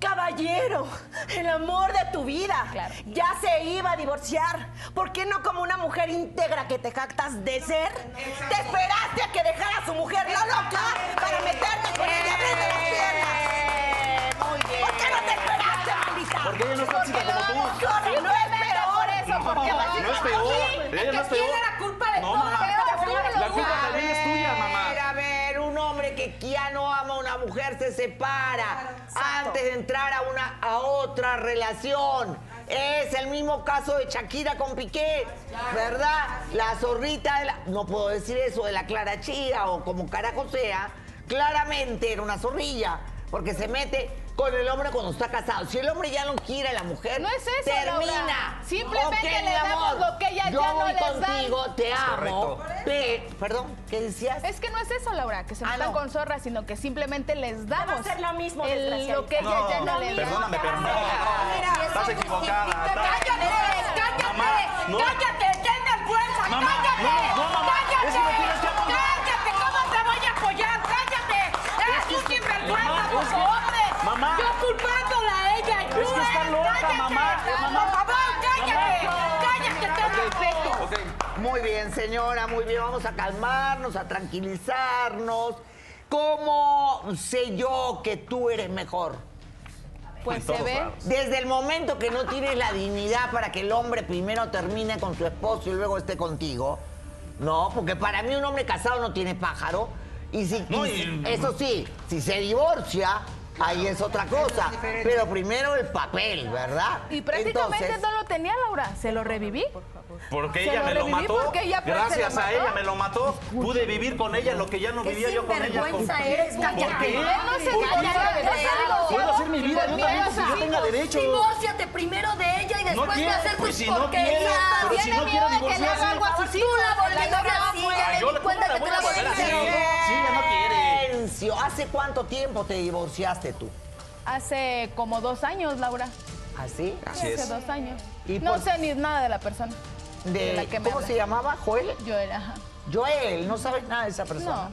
caballero, el amor de tu vida, ya se iba a divorciar, ¿por qué no como una mujer íntegra que te jactas de ser? Te esperaste a que dejara a su mujer la loca para meterte con ella y Eh. abrirle las piernas. ¿Por qué no te esperaste, maldita? Porque ella no es Porque tóxica lo como tú. amo. Corre, no es peor eso, porque No es peor. Ella no es peor. No, mamá. La culpa también es tuya, mamá. A ver, a ver, un hombre que ya no ama a una mujer se separa antes de entrar a una a otra relación. Es el mismo caso de Shakira con Piqué, ¿verdad? La zorrita, de la- no puedo decir eso, de la Clara Chía o como carajo sea, claramente era una zorrilla, porque se mete con el hombre cuando está casado. Si el hombre ya no quiere a la mujer, No es eso, termina. Laura. Simplemente Ok, le mi damos amor, lo que ellas yo ya no voy les dan. contigo, te Es amo. correcto. pe- perdón, ¿qué decías? Es que no es eso, Laura, que se metan con zorras, sino que simplemente les damos ser lo mismo, el- desgraciadita. lo que ellas No, ya no les dan. perdóname, pero no. Mira, Estás equivocada. ¡Cállate! ¡Cállate! no. ¡Cállate! ¡Tienes fuerza! Mamá, ¡Cállate! no, no, mamá, ¡Cállate! eso me tienes que apoyar. ¡Cállate! ¿Cómo te voy a apoyar? ¡Cállate! ¡Eres un sinvergüenza, Mamá, por es que- favor! Mamá. Yo culpándola a ella. Es tú que está eres- loca, ¡Cállate! mamá, mamá. ¡Por favor, cállate! Mamá. ¡Cállate! ¡Ten respeto! Muy bien, señora, muy bien. Vamos a calmarnos, a tranquilizarnos. ¿Cómo sé yo que tú eres mejor? Pues se ve. Desde el momento que no tienes la dignidad para que el hombre primero termine con su esposo y luego esté contigo. No, porque para mí un hombre casado no tiene pájaro. Y si, No, y y- eso sí, si se divorcia, ahí es otra cosa. diferente. Pero primero el papel, ¿verdad? Y prácticamente Entonces- no lo tenía, Laura. Se lo reviví. Porque Se ella lo me lo reviví mató. porque ella, pues, Gracias se lo a mató. ella me lo mató. Pude vivir con ella lo que ya no Qué vivía yo con ella. sinvergüenza ¿Por eres, qué? cállate. ¿Por qué? Él no se ¿Por qué? calla, él no se Puedo hacer mi vida yo también pues, si yo tenga derecho. Divórciate primero de ella y después de quiere, hacer pues, tus si no porquerías. quiere, pero si Tiene no miedo quiere de que le divorciarse. haga algo a sus Tú la hijos, volviste la a novia hacer. así, ya Ah, me yo di la- ¿cómo cuenta la que tú voy a la volver a volviste hacer? loca. Sí, ella no quiere. Silencio. ¿Hace cuánto tiempo te divorciaste tú? Hace como dos años, Laura. ¿Así? hace dos años. ¿Y no por- sé ni nada de la persona. De- la que me ¿Cómo habla. se llamaba? Joel. Yo era. ajá. Joel, no sabes nada de esa persona.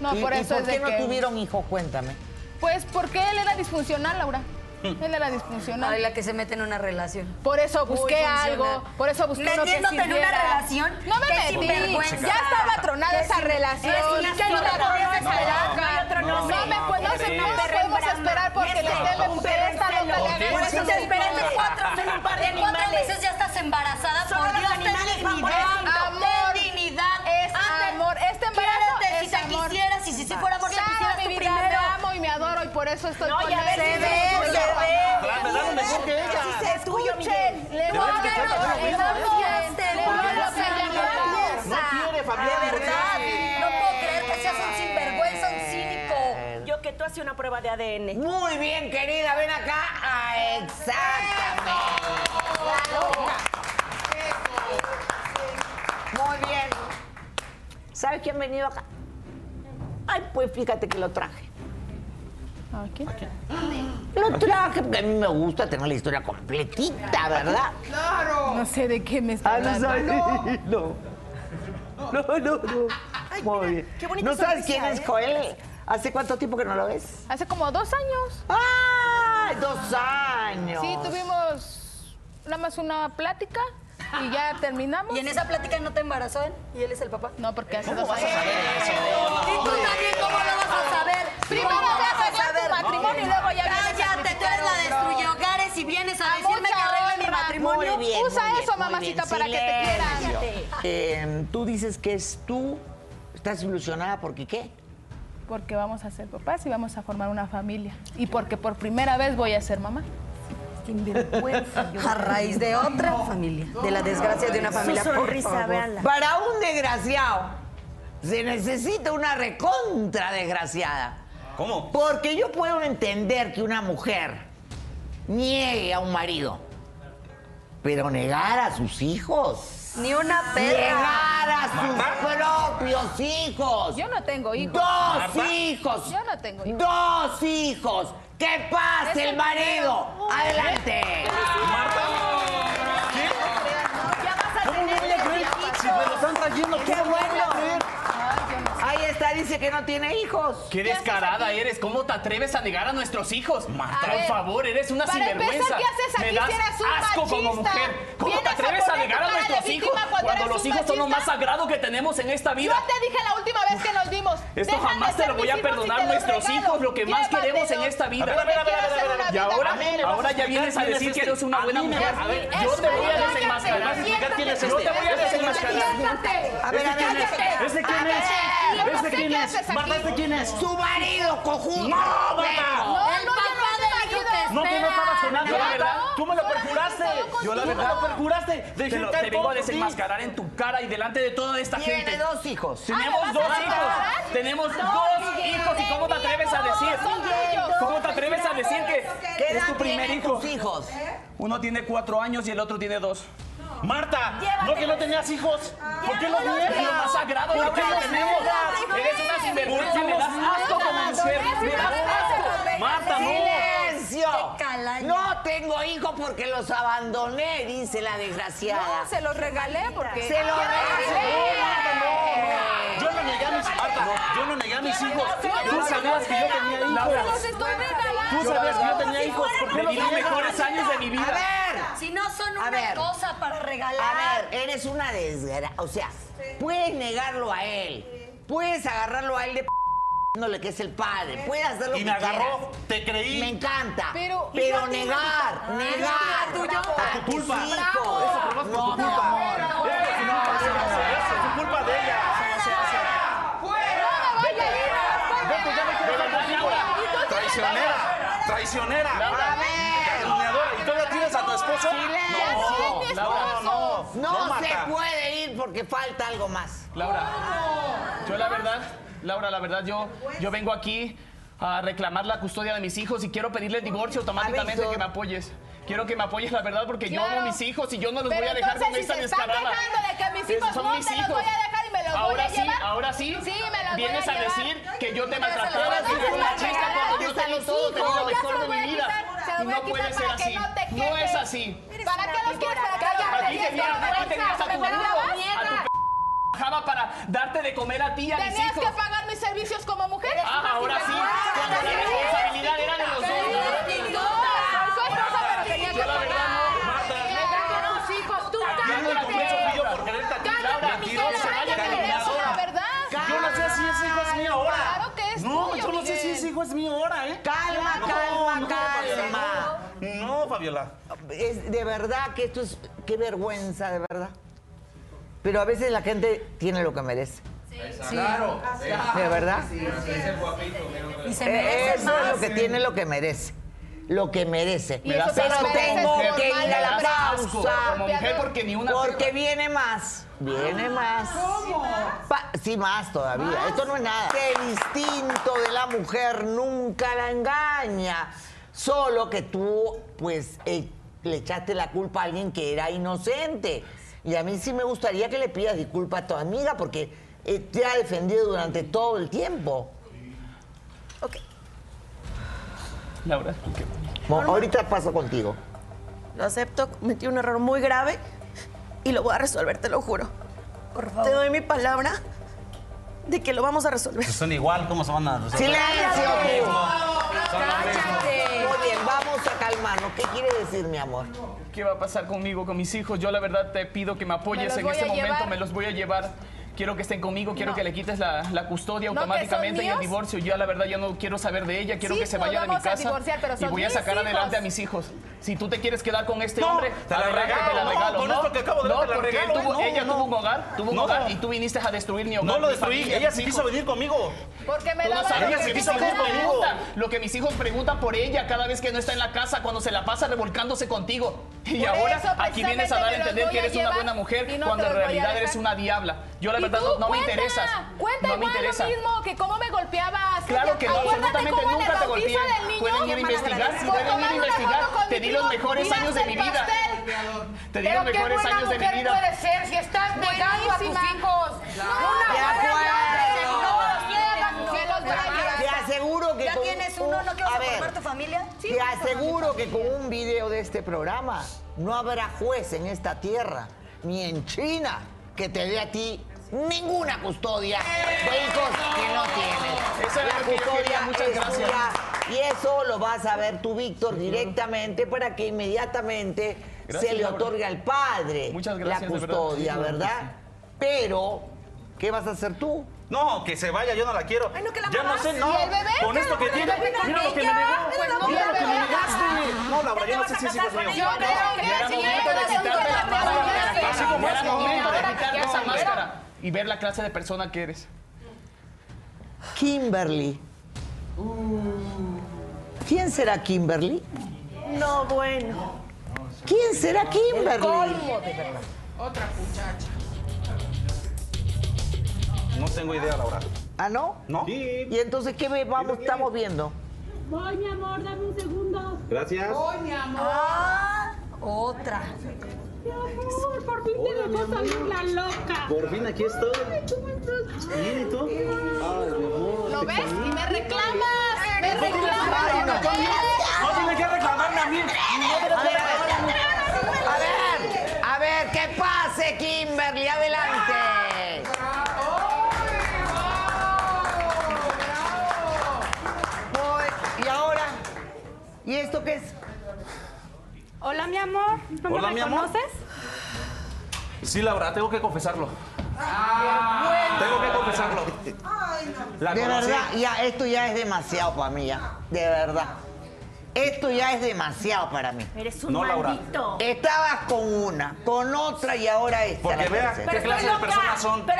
No, ¿Y, por y eso por es qué de no que- tuvieron hijos? Cuéntame. Pues porque él era disfuncional, Laura. Hmm. Él era disfuncional. Ay, la que se mete en una relación. Por eso busqué Muy algo, funcional. por eso busqué uno que Metiéndote en una sirviera. relación. No me Qué metí, sinvergüenza. ya estaba tronada Qué esa sin- relación, eres una ya no zorra. la podías No, esperar, no hay otro no, nombre. no me puedo- no se- no nos Perro en podemos brama. esperar porque Este, la tele- un perro en esta celo. loca de Por agarrar eso esos te esperas de hijos. cuatro, Son un par de de cuatro animales. meses ya estás embarazada. Son Por los Dios, animales ten dignidad. favoritos. Amor. Ten dignidad. Es amor. Este embarazo quiérete, es si te amor. quisieras y si sí fuera amor, te Claro, quisieras mi tú vida, primero. me amo y me adoro y por eso estoy No, con y a él. ver si Se me ve, escucha. se ve. Claro, Ah, me dan mejor que ella. Si se escuchen, le De verdad, voy a escucha, dar escucha, el escucha. amor, le voy a dar el amor. No quiere, Fabián, De verdad. No puedo creer que seas un sinvergüenza, un cínico. Yo que tú haces una prueba de ADN. Eh. Muy bien, querida, ven acá. Ah, exactamente. La loca. Muy bien. ¿Sabes quién ha venido acá? Ay, pues fíjate que lo traje. Lo traje porque a mí me gusta tener la historia completita, ¿verdad? Claro. No sé de qué me está Ah, no hablando. sabes. No. No, no, no. Muy bien. qué bonita ¿No sabes sonrisa, quién es ¿eh? Joel? ¿Hace cuánto tiempo que no lo ves? Hace como dos años. ¡Ah! Dos años. Sí, tuvimos nada más una plática y ya terminamos. ¿Y en esa plática no te embarazó él? ¿Y él es el papá? No, porque hace ¿Cómo dos vas a años. saber eso? ¿Y tú también cómo lo vas a saber? Primero ¿Cómo vas a vas a saber tu matridemonio y luego ya vienes a Cállate, tú eres la criticar otro. destruye hogares y vienes a, A decirme que mucha arregle mi honra. matrimonio. Muy bien, Usa muy bien, eso, muy mamacita, para que te quieran. Silencio. Eh, tú dices que es tú. ¿Estás ilusionada porque qué? Porque vamos a ser papás y vamos a formar una familia. Y porque por primera vez voy a ser mamá. A raíz de otra familia, de la desgracia de una familia. por favor. Para un desgraciado se necesita una recontra desgraciada. ¿Cómo? Porque yo puedo entender que una mujer niegue a un marido, pero negar a sus hijos. Ni una perra. Negar a sus propios hijos. Yo no tengo hijos. Dos hijos. Yo no tengo hijos. Dos hijos. Que Es pase el el marido. primero. Adelante. ¿Cómo me voy a creer? Si me lo están trayendo, ¿qué voy a creer? Ahí está, dice dice que no tiene hijos. Qué descarada eres, ¿cómo te atreves a negar a nuestros hijos? Marta, A por ver, favor, eres una para empezar, sinvergüenza. ¿qué haces Me aquí das si eres un asco como machista? mujer. ¿Cómo te Vienes a atreves a poner negar tu a cara de nuestros hijos víctima cuando cuando eres los un hijos son lo más machista? sagrado que tenemos en esta vida? Yo te dije la última vez que nos vimos. Esto dejan de jamás te ser lo voy a mis hijos y perdonar te los nuestros regalo. hijos, lo que más Llévatelos. queremos en esta vida. A ver, a ver, a ver, a ver, a ver, Y ahora, ahora ya vienes a decir que eres una buena mujer. este. A ver, yo te voy este. a desenmascarar. este? Yo te voy a desenmascarar. A ver, a ver. Cállate. ¿Ese quién es? A ver. ¿Ese quién es? Marta, ¿este quién es? Su marido, cojudo. ¡No, Marta! El papá de No, que no estaba sonando, la verdad. Tú me lo perjuraste. Yo la Tú me verdad. lo perjuraste. Dejé Te, lo- caer te vengo todo, a desenmascarar en tu cara y delante de toda esta Tiene gente. dos hijos. Tenemos Ah, ¿me dos vas a pagar? hijos. Tenemos No, dos Miguel, hijos. ¿Y cómo te Miguel, atreves a no, decir? son tuyos. ¿Cómo te atreves a decir que ¿Qué es edad tu primer tienen hijo? tus hijos? Uno tiene cuatro años y el otro tiene dos. Marta, Llévatelos. ¿no que no tenías hijos? Ah, ¿Por qué los Llévatelos, niegas? Es lo más sagrado, ¿Por ¿por qué qué lo los tenemos? ah, niegas? Eres una sinvergüenza, me das asco como mujer, me das asco. Marta, no. ¡Silencio! No tengo hijos porque los abandoné, dice la desgraciada. No, se los regalé porque... ¡Se los regalé! Yo no negué a mis Marta, no, yo no negué a mis hijos. Tú sabías que yo tenía hijos. Se los estoy regalando. Tú sabías que yo tenía hijos. ¿Por qué los viví los niegas? mejores años de mi vida? A ver. Si no son A una ver. cosa para regalar. A ver, eres una desgracia. O sea, puedes negarlo a él. Puedes agarrarlo a él de p- diciéndole que es el padre. Puedes hacerlo Y me agarró, te creí. Me encanta. Pero, ¿Y yo a ti, negar, Marta? negar. ¿Y yo a ti, Marta? a Por tu tus culpa. hijos. Bravo. Eso probaste por No, tu mi culpa. amor. Eso es tu culpa de ella. Vete, ya me quiero Laura, con tu hijo. Traicionera, traicionera. Laura, a ver. Calumniadora. ¿Y todavía tienes a tu esposo? No, Silencio. Laura, no. No, Marta. se puede ir porque falta algo más. Laura, yo la verdad, Laura, la verdad, yo, Pues. yo vengo aquí a reclamar la custodia de mis hijos y quiero pedirle el divorcio automáticamente que me apoyes. Quiero que me apoyes, la verdad, porque yo amo a Claro. mis hijos y yo no los Pero voy a dejar entonces, con esta si se están descarada. quejando de que mis Esos hijos son no mis te los hijos. voy a dejar y me los ahora voy a sí, llevar. ahora sí, Sí, me los vienes voy a, a, llevar. decir que yo te Pero se los maltrataba, voy a que yo era una regalar. chica cuando yo Yo se tenía los todo, tenía quito. lo mejor Ya se los de voy a mi vida. quitar, Y se los voy a no quitar puede ser para que así. no te No es quejes. así. ¿Para qué los quieres? ¿Para qué los Aquí querías? tenías, ¿Para aquí tenías a tu qué los querías? a tu p- java para darte de comer a ti y a mis Tenías hijos. que pagar mis servicios como mujer. Ah, ahora sí, cuando la responsabilidad era de los dos. Soy esposa, pero tenía que Yo la pagar. verdad no, Marta, Me dejaron los hijos, tú Yo no la cometo cállate. frío por quererte a ti, Laura. Miguel, Mentirosa, vaya cállate, eso es la calumniadora. verdad. Yo no sé si ese hijo es mío ahora. Claro que es No, tuyo, yo no sé si Miguel. ese hijo es mío ahora, ¿eh? Calma, No, calma, no, calma. No, Fabiola. Es de verdad que esto es. Qué vergüenza, de verdad. Pero a veces la gente tiene lo que merece. Sí. Claro. ¿De verdad? Y se Eh, merece Eso más. es lo que tiene, lo que merece. Lo que merece. Y eso te Pero lo mereces tengo como que ir hermana, a la me das asco pausa. como mujer porque ni una Porque perra. viene más. Viene más. ¿Cómo? sí, más todavía. Esto no es nada. El instinto de la mujer nunca la engaña. Solo que tú, pues, eh, le echaste la culpa a alguien que era inocente. Y a mí sí me gustaría que le pidas disculpa a tu amiga porque eh, te ha defendido durante todo el tiempo. Laura. Bueno, ahorita paso contigo. Lo acepto, cometí un error muy grave y lo voy a resolver, te lo juro. Te doy mi palabra de que lo vamos a resolver. Si son igual, ¿cómo se van a resolver? ¡Silencio! Son lo mismo. Son lo mismo. Muy bien, vamos a calmarnos. ¿Qué quiere decir, mi amor? ¿Qué va a pasar conmigo, con mis hijos? Yo la verdad te pido que me Me apoyes los en voy este a momento, llevar. me los voy a llevar. Quiero que estén conmigo, quiero No. que le quites la, la custodia No, que son automáticamente y el míos. divorcio. Yo la verdad ya no quiero saber de ella, quiero Sí, que se nos vaya de mi vamos a casa divorciar, pero y son voy a mis sacar hijos. adelante a mis hijos. Si tú te quieres quedar con este No, hombre, te la adelante, regalo, te la no, regalo. con esto que acabo de ver, no, te la porque regalo, tuvo- no, ella no. tuvo un hogar, tuvo un No. hogar y tú viniste a destruir mi hogar. No lo mi destruí, familia, ella mis se quiso hijos. venir conmigo. Porque me Tú no daba sabes Ella lo se que mis quiso hijos venir conmigo. preguntan, lo que mis hijos preguntan por ella cada vez que no está en la casa, cuando se la pasa revolcándose contigo. Y Por ahora eso, aquí vienes a precisamente, dar me a los entender voy que a eres una llevar buena y mujer no te cuando en los voy a realidad eres dejar. una diabla. Yo la Y verdad tú, no, no me cuenta, interesas. Cuenta no me igual interesa. lo mismo que cómo me golpeabas. Claro que no, Acuérdate absolutamente cómo en el nunca te bautizo golpeé. del niño, Pueden ir a investigar, por pueden ir tomar a una investigar. foto con Te mi di los primo, mejores tiraste años de el mi vida. pastel. Te di los Pero qué mejores buena años de mi mujer vida. tú eres, ser, si estás negando a tus Buenísima. hijos. Una De buena madre que acuerdo. no los niega a tus hijos para Te aseguro que. ¿Ya con tienes uno? ¿No quieres a ver, formar tu familia? Te aseguro que con un video de este programa no habrá juez en esta tierra, ni en China, que te dé a ti ninguna custodia de hijos que no tienes. Esa era La lo que yo custodia quería, muchas es gracias. tuya. Y eso lo vas a ver tú, Víctor, directamente para que inmediatamente Gracias, se le Laura. otorgue al padre Muchas gracias, de la verdad. custodia, Sí, claro que ¿verdad? Pero, ¿qué vas a hacer tú? No, que se vaya, yo no la quiero. ya no sé, no. ¿Y el bebé? Con ¿Que esto lo que van a tiene. cuidar Mira lo que me ella? negó. Pero Mira no, lo que pero me ya. negaste. No, Laura, yo no sé si es hijo Yo mío. creo que Ya era no, momento de ya no, quitarte la ya no, ya no, máscara. Así como ya es no, momento de ya no, quitarte ya esa no. máscara y ver la clase de persona que eres. Kimberly. ¿Quién será Kimberly? No, bueno. ¿Quién será Kimberly? de verdad. Otra muchacha. No tengo idea, Laura. ¿Ah, no? ¿No? ¿Y entonces qué ve- vamos, estamos viendo? Voy, mi amor, dame un segundo. Gracias. Voy, mi amor. Ah, otra. Mi amor, por fin te dejó salir la loca. Por fin aquí estoy. Ay, ¿cómo estás? Bien, ¿y tú? Ay, mi amor. ¿Lo te ves? extrañé. Y me reclamas, me No tienes reclamas. que reclamarme a mí. No tienes que reclamarme a mí. A ver, a ver, a ver, que pase Kimberly, adelante. Voy, y ahora, ¿y esto qué es? Hola, mi amor. ¿No Hola, me mi amor. reconoces? Sí, Laura, tengo que confesarlo. Ah, Tengo que confesarlo. La de conocí. verdad, ya, esto ya es demasiado para mí, ya. De verdad. Esto ya es demasiado para mí. Eres un No, Laura. maldito. Estabas con una, con otra y ahora esta. Porque la vea tercera. qué clase de personas son. igual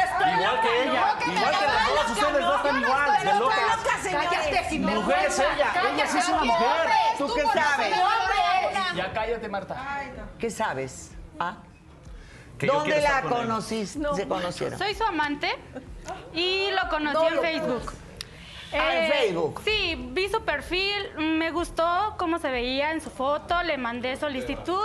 que ella, igual que las dos, ustedes dos están igual, de locas. Cállate, sin Mujer es ella, ella sí es una mujer. ¿Tú qué sabes? Ya cállate, Marta. ¿Qué sabes? ¿Ah? Que yo quiero ¿Dónde estar la con él. conociste? ¿Se conocieron? Soy su amante y lo conocí No en lo- Facebook. Ah, en Eh, Facebook. Sí, vi su perfil, mm, me gustó cómo se veía en su foto, le mandé solicitud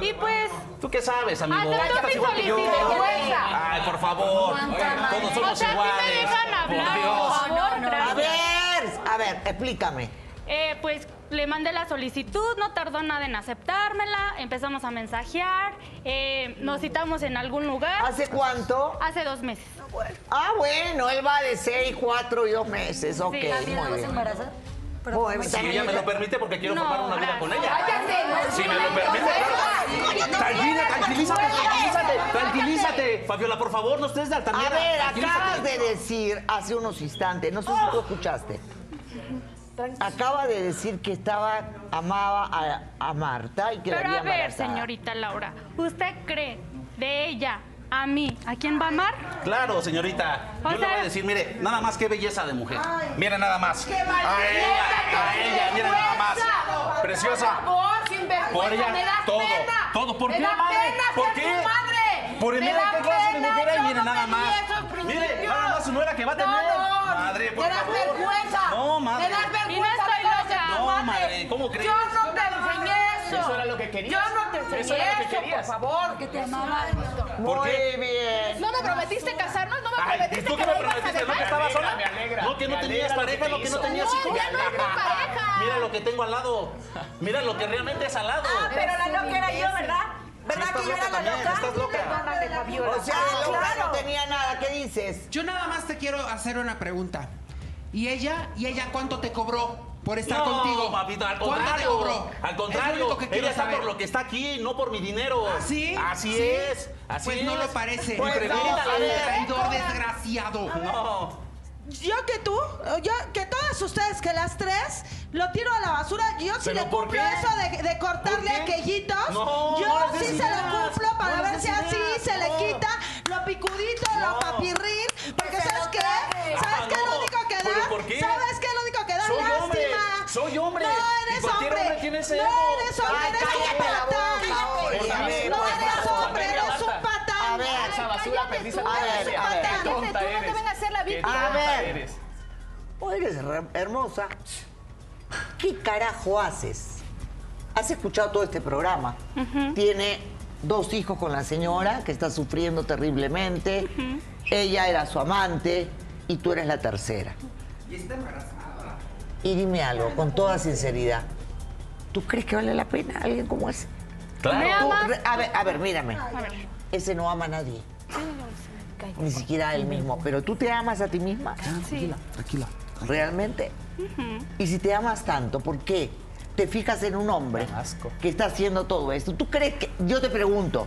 y pues... ¿Tú qué sabes, amigo? Aceptó Estás mi igual que yo. solicitud. Ay, por favor. Todos O somos sea, iguales. sí me dejan hablar, Por Dios. por favor, A gracias. ver, a ver, explícame. Eh, pues le mandé la solicitud, no tardó nada en aceptármela, empezamos a mensajear, eh, nos citamos en algún lugar. ¿Hace cuánto? Hace dos meses. Ah, bueno, él va de 6, 4 y 2 meses. Ok, ¿la mirabas muy bien. embarazada? Voy, Si también- ella me lo permite, porque quiero formar una vida con ella. Cállate, Si no, me no, lo no, permite, no, no, claro. no, Tranquila, no, tranquilízate, no, tranquilízate, no, no, tranquilízate. Fabiola, por favor, no estés de altanera. A ver, Tranquilízate. acabas de decir hace unos instantes, no sé si tú escuchaste. Acaba de decir que estaba, amaba a, a Marta y que la Pero había a ver, embarazada. señorita Laura, ¿usted cree de ella a mí a quién va a amar? Claro, señorita. O Yo le voy a sea- decir, mire, nada más qué belleza de mujer. Mire nada más. ¡Qué A ella, a ella, mire nada más. Preciosa. Por favor, sin vergüenza, Por ella, me das todo, pena. todo. ¿Por me qué, da madre? pena ¿Por ser qué? tu madre. Por el Me mira da qué clase de pena, mujer hay, yo mire no nada pedí más. eso al principio. Mire, nada más su nuera que va a No, tener. no. Madre, por Me das favor. vergüenza. No, madre. Me das Y no vergüenza. estoy de loca. tu No, madre. madre, ¿cómo crees? Yo no te enseñé eso. Eso era lo que querías. Yo no te enseñé Eso era lo que por querías. favor. Que te amaba. ¿Por qué? No me prometiste casarnos, no me Ay, prometiste ¿tú que qué me me ibas a prometiste? ¿No que dejar. estabas sola? Me alegra, ¿No que no me tenías alegra lo pareja? que ¿No que no hizo. tenías No, hijos? ya no es mi pareja. Mira lo que tengo al lado. Mira lo que realmente es al lado. Ah, pero la loca era yo, ¿verdad? ¿Verdad Sí, que yo estás loca era la loca? también, estás loca. Perdóname, Fabiola. O sea, Ah, loca claro. no tenía nada. ¿Qué dices? Yo nada más te quiero hacer una pregunta. ¿Y ella? ¿Y ella cuánto te cobró por estar contigo? papito, al ¿Cuánto contrario. te cobró? Al Es lo contrario, único que quiero ella está saber. por lo que está aquí, no por mi dinero. ¿Ah, sí? Así ¿Sí? es. Así Pues no es. lo parece. Y Pues no, prefírala. a ver. Traidor desgraciado. No. Yo que tú, yo que todas ustedes, que las tres, lo tiro a la basura. Yo si ¿Pero le por cumplo qué? eso de, de cortarle a quejitos, No, yo no les sí des se ideas, lo cumplo para no les ver des si así ideas, se le no. quita lo picudito, lo papirrín. Porque ¿sabes qué? ¿Sabes Ah, qué es no. lo único que ¿Pero por qué? da? ¿Sabes qué es lo único que da? Soy Lástima. hombre, soy hombre. No Y eres cualquier hombre. hombre tiene ese no ego. eres hombre, Ay, eres un cállate la patán. boca, oye, a ver, No por eres favor. hombre, eres un patán. A ver, Esa basura perdiste. A ver, a ver. Cállate, tú no te van a hacer la víctima. A ver. Oh, eres re- hermosa. ¿Qué carajo haces? Has escuchado todo este programa. Tiene dos hijos con la señora que está sufriendo terriblemente. Ella era su amante y tú eres la tercera. Y está embarazada. Y dime algo, con toda sinceridad. ¿Tú crees que vale la pena alguien como ese? Claro. Tú- a ver, a ver, mírame. Ese no ama a nadie. Ni siquiera él mismo. Pero tú te amas a ti misma. Sí. Tranquila. ¿Realmente? Y si te amas tanto, ¿por qué te fijas en un hombre que está haciendo todo esto? ¿Tú crees que, yo te pregunto,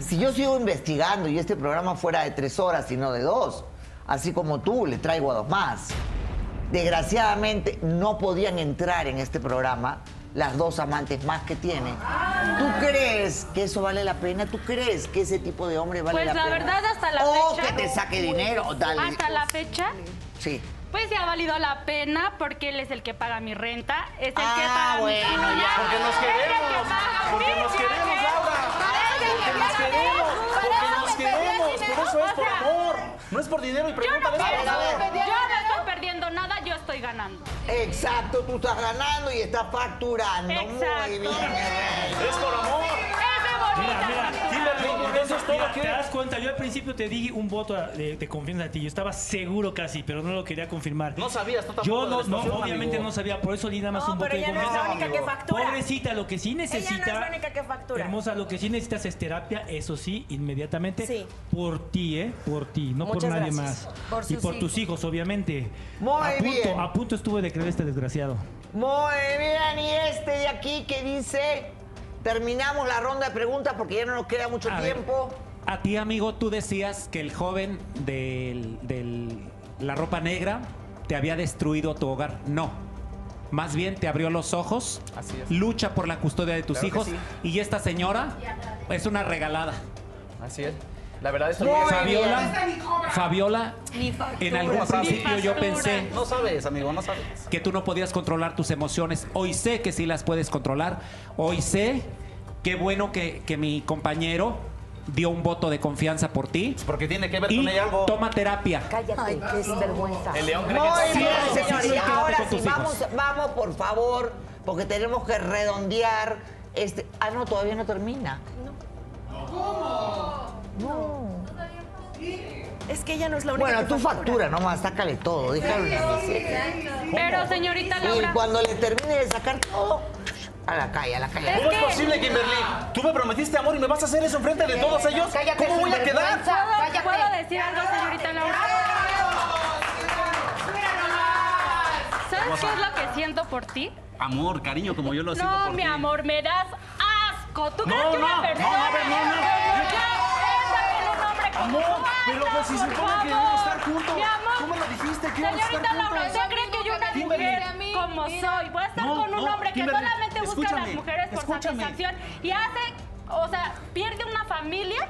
si yo sigo investigando y este programa fuera de tres horas y no de dos, así como tú, le traigo a dos más. Desgraciadamente no podían entrar en este programa las dos amantes más que tiene. ¿Tú crees que eso vale la pena? ¿Tú crees que ese tipo de hombre vale Pues la la pena? verdad, hasta la o fecha- que te saque dinero, dale. Hasta la fecha, Sí. pues ya ha valido la pena porque él es el que paga mi renta, es el que Ah, paga bueno, mi ya. Porque nos queremos, Porque nos queremos, Porque nos queremos, porque nos queremos, por eso es por amor. No es por dinero y pregúntale Yo por amor. no estoy perdiendo nada, yo estoy ganando. Exacto, tú estás ganando y estás facturando. Muy bien. Es por amor. Mira, mira, Kimberly, eso es todo, Mira, ¿qué? ¿Te das cuenta? Yo al principio te di un voto a- de, de confianza a ti. Yo estaba seguro casi, pero no lo quería confirmar. No sabías, tú tampoco Yo de no, la no, situación, obviamente amigo. no sabía, por eso le di nada más No, un voto pero de ella no es la confianza. única que factura. Pobrecita, lo que sí necesita. Ella no es la única que factura. Hermosa, lo que sí necesitas es terapia, eso sí, inmediatamente. Sí. Por ti, ¿eh? Por ti, no por Muchas nadie gracias. más. Por y sus por tus hijos, obviamente. Muy a punto, bien. A punto estuve de creer este desgraciado. Muy bien, y este de aquí que dice, terminamos la ronda de preguntas porque ya no nos queda mucho A ver. tiempo. A ti, amigo, tú decías que el joven del, del- la ropa negra te había destruido tu hogar. No. Más bien te abrió los ojos. Así es. Lucha por la custodia de tus Claro que hijos. sí. Y esta señora es una regalada. Así es. La verdad es que Muy Fabiola, Fabiola, en algún principio yo pensé No sabes, amigo, no sabes. que tú no podías controlar tus emociones. Hoy sé que sí las puedes controlar. Hoy sé qué bueno que, que mi compañero dio un voto de confianza por ti. Porque tiene que ver y con ella algo. Toma terapia. Cállate. Ay, qué vergüenza. El león Muy cree que bien, Sí, sí, señores. sí, Y quédate ahora con sí, tus vamos, hijos. vamos, por favor, porque tenemos que redondear. Este... Ah, no, todavía no termina. No. Es que ella no es la única Bueno, que tú factura nomás, sácale todo, déjalo. en el billete. Pero señorita Y Laura, cuando le termine de sacar todo, a la calle, a la calle. ¿Cómo es posible, Kimberly? Tú me prometiste amor y me vas a hacer eso enfrente de todos ellos. ¿Cómo voy a quedar? ¿Puedo, ¿puedo decir algo, señorita Laura? ¿Sabes qué es lo que siento por ti? Amor, cariño, como yo lo siento No, por mi ti. amor, me das asco. ¿Tú crees No, que no, una no, persona... a ver, no, no. Amor, pero pues si se supone que debemos estar juntos. Mi amor. ¿Cómo lo dijiste? Que íbamos a estar Señorita Laura, juntos. ¿usted cree que yo una Kimberly. mujer como soy voy a estar No, con un no, hombre que Kimberly, solamente busca a las escúchame, mujeres por escúchame. satisfacción y hace, o sea, pierde una familia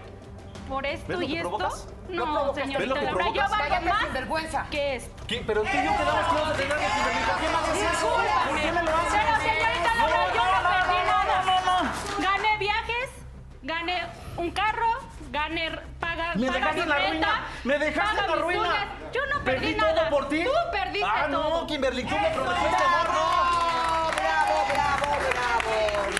por esto ¿Ves lo y que esto? provocas? ¿Lo No, provocas? ¿Ves lo señorita que Laura, yo provocas? valgo Cállate, más que esto. ¿Qué? Pero tú y yo quedamos que vamos a tener que Kimberly. ¿Por qué me haces eso? ¿Por qué me lo haces? Pero señorita Laura, yo no perdí nada. Gané viajes, gané un carro, gané paga, Me paga dejaste mi en la renta, ruina. Me dejaste en paga la mis ruina. uñas. Yo no perdí, Perdí nada. todo por ti. Tú perdiste Ah, no, todo. Kimberly, tú me prometiste amor. ¡Bravo, bravo, bravo!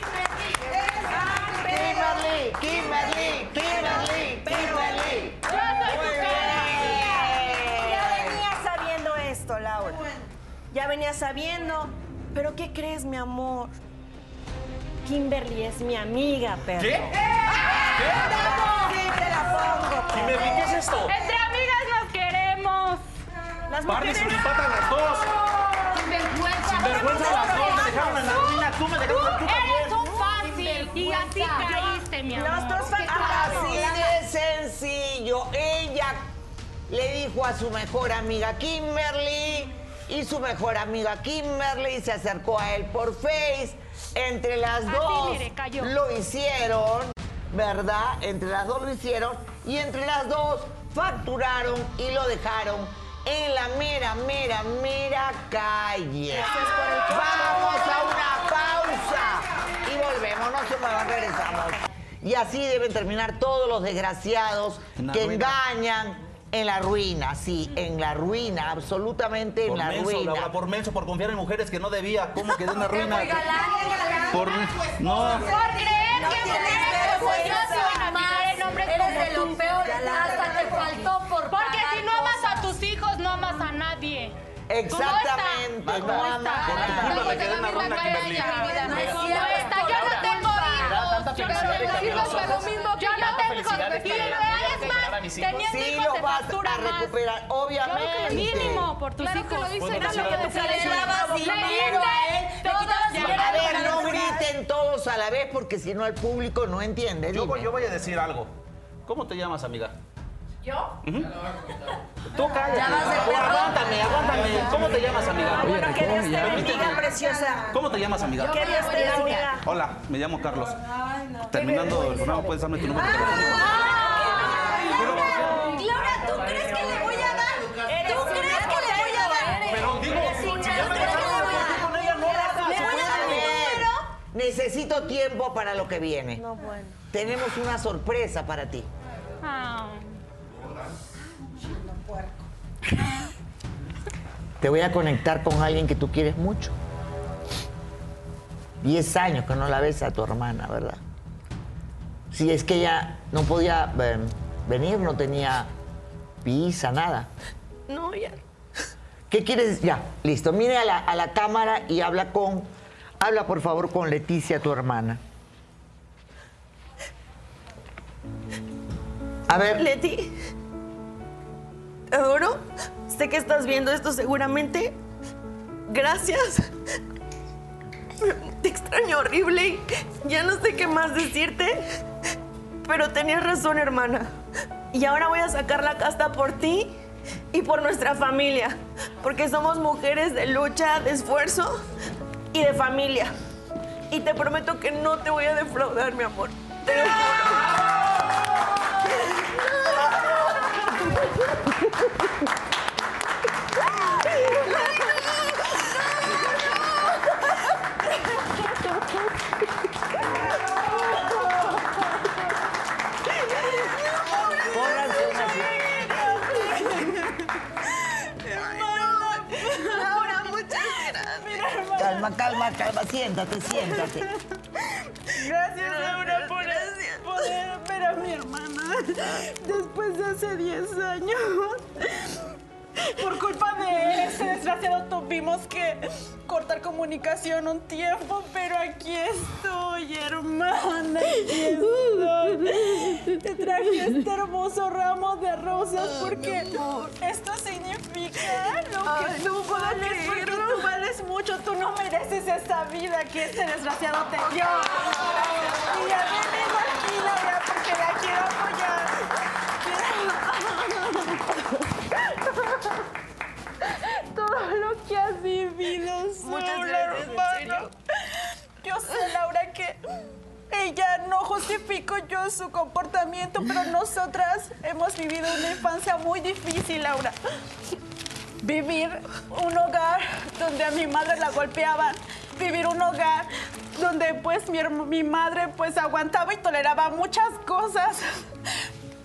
Kimberly, Kimberly, Kimberly, Kimberly. Yo soy tu cara. Ya venía sabiendo esto, Laura. Ya venía sabiendo. Pero ¿qué crees, mi amor? Kimberly es mi amiga, perro. ¿Qué? Sí, te la pongo. Kimberly, ¿qué es esto? Entre amigas nos queremos. Las Barney mujeres... Suripata, las dos. Sinvergüenza. Sinvergüenza las dos, me dejaron en la ruina. Tú me dejaste Tú eres un fácil y así caíste, mi amor. Así de sencillo. Ella le dijo a su mejor amiga Kimberly y su mejor amiga Kimberly se acercó a él por Face. Entre las Así, dos mire, cayó. lo hicieron, ¿verdad? Entre las dos lo hicieron y entre las dos facturaron y lo dejaron en la mera, mera, mera calle. Vamos a una pausa y volvemos, no se muevan, regresamos. Y así deben terminar todos los desgraciados En la que ruina. engañan en la ruina, sí, en la ruina, absolutamente en Por la menso, ruina. Laura, por menso, por confiar en mujeres que no debía. ¿Cómo quedé en la ruina? Por... Por No. creer pues, No que mujeres tienes como yo son vergüenza. Creer en más. hombres Eres de como lo tú. peor. Ya la Hasta te faltó por Porque pagar si no amas a cosas. tus hijos, no amas a nadie. Exactamente, ¿Cómo está? no ¿Cómo amas está? a Tengo nadie. Por culpa me que quedé en la dar mi ruina, cara Kimberly. en mi vida, no es ¿Cómo cierto. está? Yo no Laura, tengo me da hijos. tanta Yo no felicidad tengo que hijos. me lo mismo que yo Yo no tengo tengo felicidades hijos. Y que lo me voy real a es recuperar a más, mis hijos. Teniendo Sí, hijos lo te vas a factura más. recuperar, obviamente. Claro que lo- mínimo por tus hijos. Bueno, Era sí, lo que pero te le salía. dabas Le dinero a él, diste le todo quitabas ya. dinero. A ver, no Gracias. griten todos a la vez porque si no el público no entiende. Yo voy, dime. yo voy a decir algo. ¿Cómo te llamas, amiga? ¿Yo? Ujú. Tú cállate. Ya vas de Oye, perro. aguántame, aguántame. ¿Cómo te llamas, amiga? Ah, bueno, que Dios te Permíteme. bendiga, preciosa. ¿Cómo te llamas, amiga? Que Dios te bendiga. Hola, me llamo Carlos. Terminando el programa, puedes darme tu número. de teléfono? Laura, ¿tú crees que le voy a dar? ¿Tú crees que le voy a dar? Pero digo, ¿Tú crees que le voy a dar? Le voy a dar mi número. Necesito tiempo para lo que viene. No, bueno. Tenemos una sorpresa para ti. Ah. Te voy a conectar con alguien que tú quieres mucho. Diez años que no la ves a tu hermana, ¿verdad? Si es que ella no podía eh, venir, no tenía visa, nada. No, ya. ¿Qué quieres? Ya, listo. Mire a la, a la cámara y habla con. Habla por favor con Leticia, tu hermana. A ver. Leti. Te adoro. Sé que estás viendo esto seguramente. Gracias. Te extraño horrible. y Ya no sé qué más decirte. Pero tenías razón, hermana. Y ahora voy a sacar la casta por ti y por nuestra familia. Porque somos mujeres de lucha, de esfuerzo y de familia. Y te prometo que no te voy a defraudar, mi amor. Te lo Laura, muchas gracias. Calma, calma, calma. Siéntate, siéntate. Gracias, Laura, por poder ver a mi hermana después de hace 10 años. Por culpa de ese desgraciado tuvimos que cortar comunicación un tiempo, pero aquí estoy, hermana. Aquí estoy. Te traje este hermoso ramo de rosas porque esto significa lo que Ay, tú no puedo vales, porque tú vales mucho. Tú no mereces esta vida que este desgraciado te dio. Y ya venido aquí, Laura, porque la quiero apoyar. Todo lo que has vivido sola, hermano. Yo sé, Laura, que ella no justifico yo su comportamiento, pero nosotras hemos vivido una infancia muy difícil, Laura. Vivir un hogar donde a mi madre la golpeaban, vivir un hogar donde pues mi, herm- mi madre pues aguantaba y toleraba muchas cosas.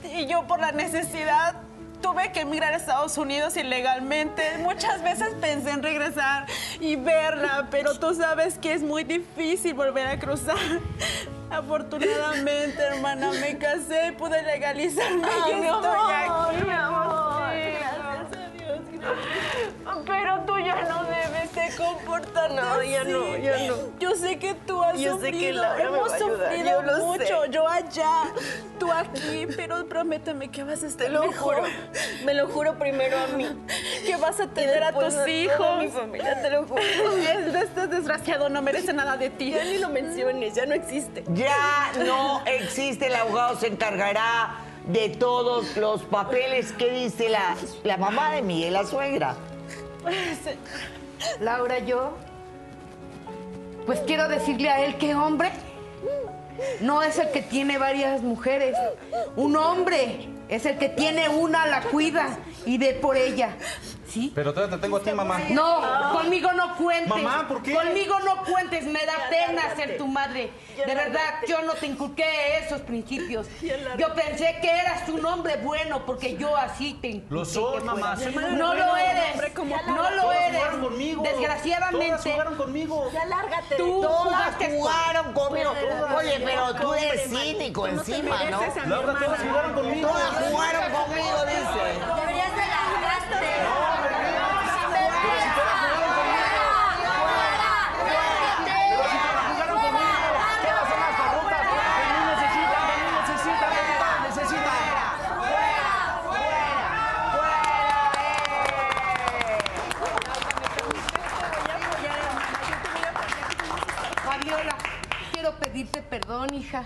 Y yo por la necesidad tuve que emigrar a Estados Unidos ilegalmente. Muchas veces pensé en regresar y verla, pero tú sabes que es muy difícil volver a cruzar. Afortunadamente, hermana, me casé y pude legalizarme y Ay, estoy no, aquí. mi amor. Sí, gracias a Dios. Pero tú ya no debes de comportarte No, ya así. no, ya no. Yo sé que tú has Yo sé sufrido, que Laura me hemos va a ayudar, sufrido yo lo mucho. sé. Yo allá, tú aquí, pero prométeme que vas a estar Te lo mejor. juro. Me lo juro primero a mí. Que vas a tener a después tus a toda hijos. mi familia, te lo juro. El de Este desgraciado no merece nada de ti. Ya ni lo menciones, ya no existe. Ya no existe, el abogado se encargará de todos los papeles que dice la, la mamá de Miguel, la suegra. Laura, yo. Pues quiero decirle a él que hombre no es el que tiene varias mujeres. Un hombre es el que tiene una, la cuida y ve por ella. ¿Sí? Pero todavía te tengo a ti, mamá. No, conmigo no cuentes. Mamá, ¿por qué? Conmigo no cuentes, me da pena ser tu madre. Ya De verdad, lárgate. yo no te inculqué esos principios. lárgate. Yo pensé que eras un hombre bueno porque yo así te inculqué. Lo soy, que fuera. mamá, soy un No hombre lo bueno, eres. hombre como tú. No lo Todas eres. jugaron conmigo. Todas Desgraciadamente. jugaron conmigo. Ya lárgate. Tú jugaste Pues, jugaron conmigo. Todas. Oye, pero tú Hombre, eres Mari, cínico tú no te encima, ¿no? mereces a mi Laura, todas hermana. jugaron conmigo. Todas jugaron conmigo, dice. Deberías de largarte. Necesitan, necesitan, necesitan. perdón, hija.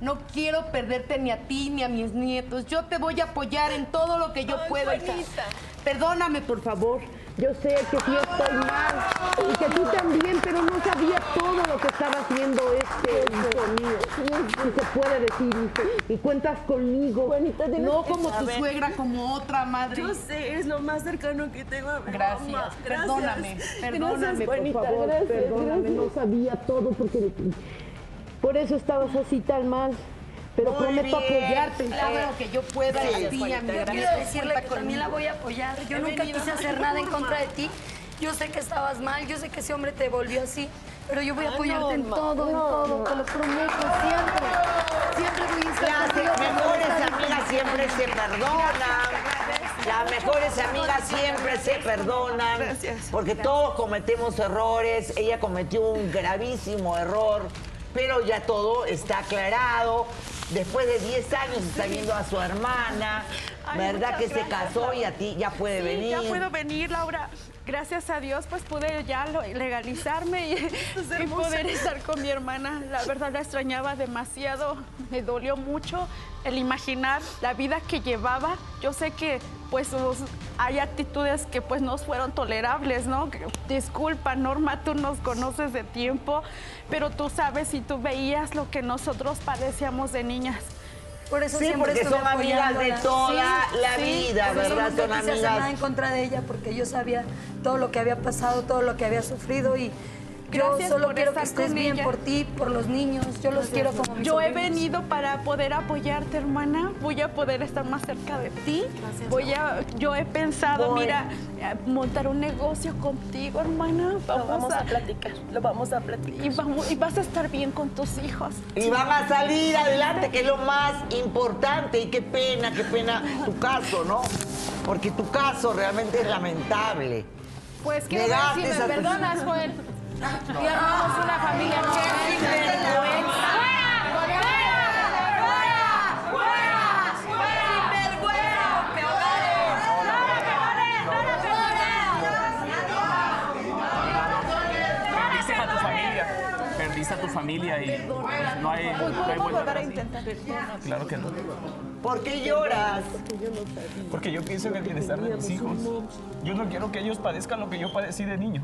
No quiero perderte ni a ti ni a mis nietos. Yo te voy a apoyar en todo lo que yo pueda, hija. Perdóname, por favor. Yo sé que sí estoy mal y que tú también, pero no sabía todo lo que estaba haciendo este hijo mío. Sí se puede decir, hijo. Y cuentas conmigo. tienes no que como tu saber. suegra, como otra madre. Yo sé, es lo más cercano que tengo a mi Gracias, mamá. perdóname, perdóname, Gracias, por Juanita, favor, gracias, perdóname, gracias. no sabía todo porque por eso estabas así tan mal. Pero Muy prometo bien. apoyarte. Claro que yo pueda Sí, a ti, Juanita, a mi yo amiga, quiero decirle cuenta que también conmigo. la voy a apoyar. Yo He nunca venido. quise hacer nada en contra de ti. Yo sé que estabas mal, yo sé que ese hombre te volvió así, pero yo voy a Ay, apoyarte no, en ma, todo, en no, todo, te lo prometo, siempre. Siempre voy a estar Las contigo, porque mejores estás amigas siempre se perdonan. Las mejores amigas siempre se perdonan. Porque todos cometemos errores. Ella cometió un gravísimo error. Pero ya todo está aclarado. Después de 10 años está viendo a su hermana. Ay, ¿Verdad muchas que se gracias, casó y a ti ya puede Sí, venir? Ya puedo venir, Laura. Gracias a Dios, pues pude ya lo- legalizarme y, y poder estar con mi hermana. La verdad la extrañaba demasiado, me dolió mucho el imaginar la vida que llevaba. Yo sé que pues os- hay actitudes que pues no fueron tolerables, ¿no? Que- Disculpa, Norma, tú nos conoces de tiempo, pero tú sabes y tú veías lo que nosotros padecíamos de niñas. Por eso Sí, siempre porque estuve son amigas de apoyándola. toda Sí, la sí, vida, por eso ¿verdad? nunca Son quise hacer nada amigas. en contra de ella porque yo sabía todo lo que había pasado, todo lo que había sufrido y yo Gracias solo por quiero que estar estés con bien ella. por ti, por los niños. Yo los quiero como mis Yo he sobrinos. venido para poder apoyarte, hermana. Voy a poder estar más cerca de ti. Voy a, yo he pensado, Voy. mira, eh, montar un negocio contigo, hermana. Vamos, vamos a platicar, lo vamos a platicar. Y, vamos, y vas a estar bien con tus hijos. Y van a salir adelante, que es lo más importante. Y qué pena, qué pena tu caso, ¿no? Porque tu caso realmente es lamentable. Pues quiero ver si Negaste me esa- perdonas, Joel. Y armamos una familia. Perdiste a tu familia. Perdiste a tu familia y no hay, no hay vuelta atrás. Claro que no. ¿Por qué lloras? Porque yo pienso en el bienestar de mis hijos. Yo no quiero que ellos padezcan lo que yo padecí de niño.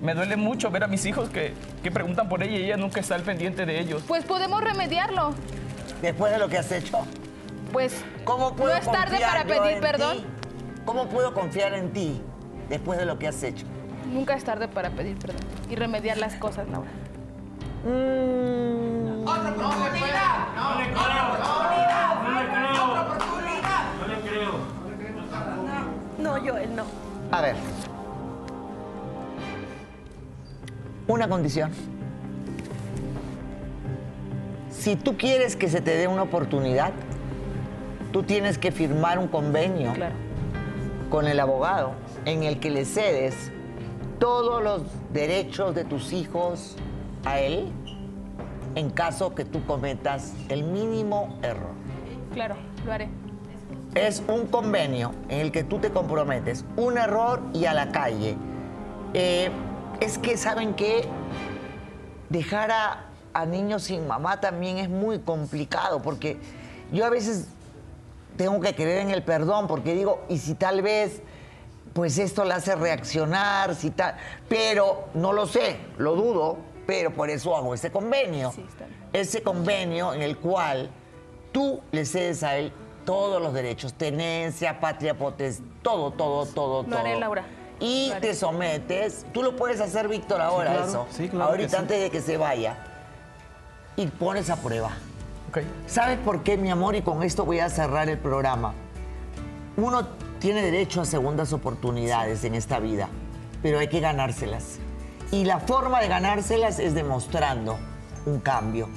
Me duele mucho ver a mis hijos que, que preguntan por ella y ella nunca está al pendiente de ellos. Pues podemos remediarlo. Después de lo que has hecho. Pues ¿Cómo puedo no es tarde confiar para yo pedir en perdón. ti? ¿Cómo puedo confiar en ti después de lo que has hecho? Nunca es tarde para pedir perdón y remediar las cosas, Laura. No, yo él no. A ver. Una condición. Si tú quieres que se te dé una oportunidad, tú tienes que firmar un convenio con el abogado en el que le cedes todos los derechos de tus hijos a él en caso que tú cometas el mínimo error. Claro, lo haré. Es un convenio en el que tú te comprometes. Un error y a la calle. Eh, es que, ¿saben qué? Dejar a, a niños sin mamá también es muy complicado porque yo a veces tengo que creer en el perdón porque digo, y si tal vez, pues esto la hace reaccionar, si tal, pero no lo sé, lo dudo, pero por eso hago ese convenio. Ese convenio en el cual tú le cedes a él todos los derechos, tenencia, patria, potestad, todo, todo, todo, Lo todo. haré, Laura. Y Lo haré. te sometes, tú lo puedes hacer, Víctor, ahora claro, eso, sí, claro ahorita que sí. antes de que se vaya, y pones a prueba. ¿Sabes por qué, mi amor? Y con esto voy a cerrar el programa. Uno tiene derecho a segundas oportunidades en esta vida, pero hay que ganárselas. Y la forma de ganárselas es demostrando un cambio.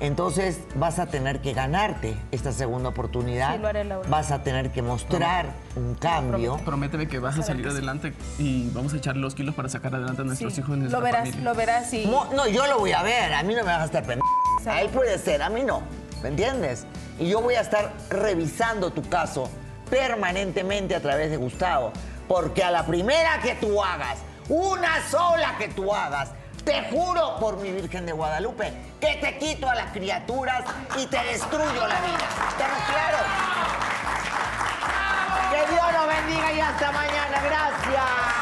Entonces vas a tener que ganarte esta segunda oportunidad. Sí, lo haré, Laura. Vas a tener que mostrar un cambio. Prométeme que vas a salir adelante y vamos a echar los kilos para sacar adelante a nuestros hijos y nuestra familia. verás y... No, yo lo voy a ver, a mí no me vas a estar pendiente. A él puede ser, a mí no, ¿me entiendes? Y yo voy a estar revisando tu caso permanentemente a través de Gustavo, porque a la primera que tú hagas, una sola que tú hagas, Te juro por mi Virgen de Guadalupe que te quito a las criaturas y te destruyo la vida. ¿Te claro? Que Dios nos bendiga y hasta mañana. Gracias.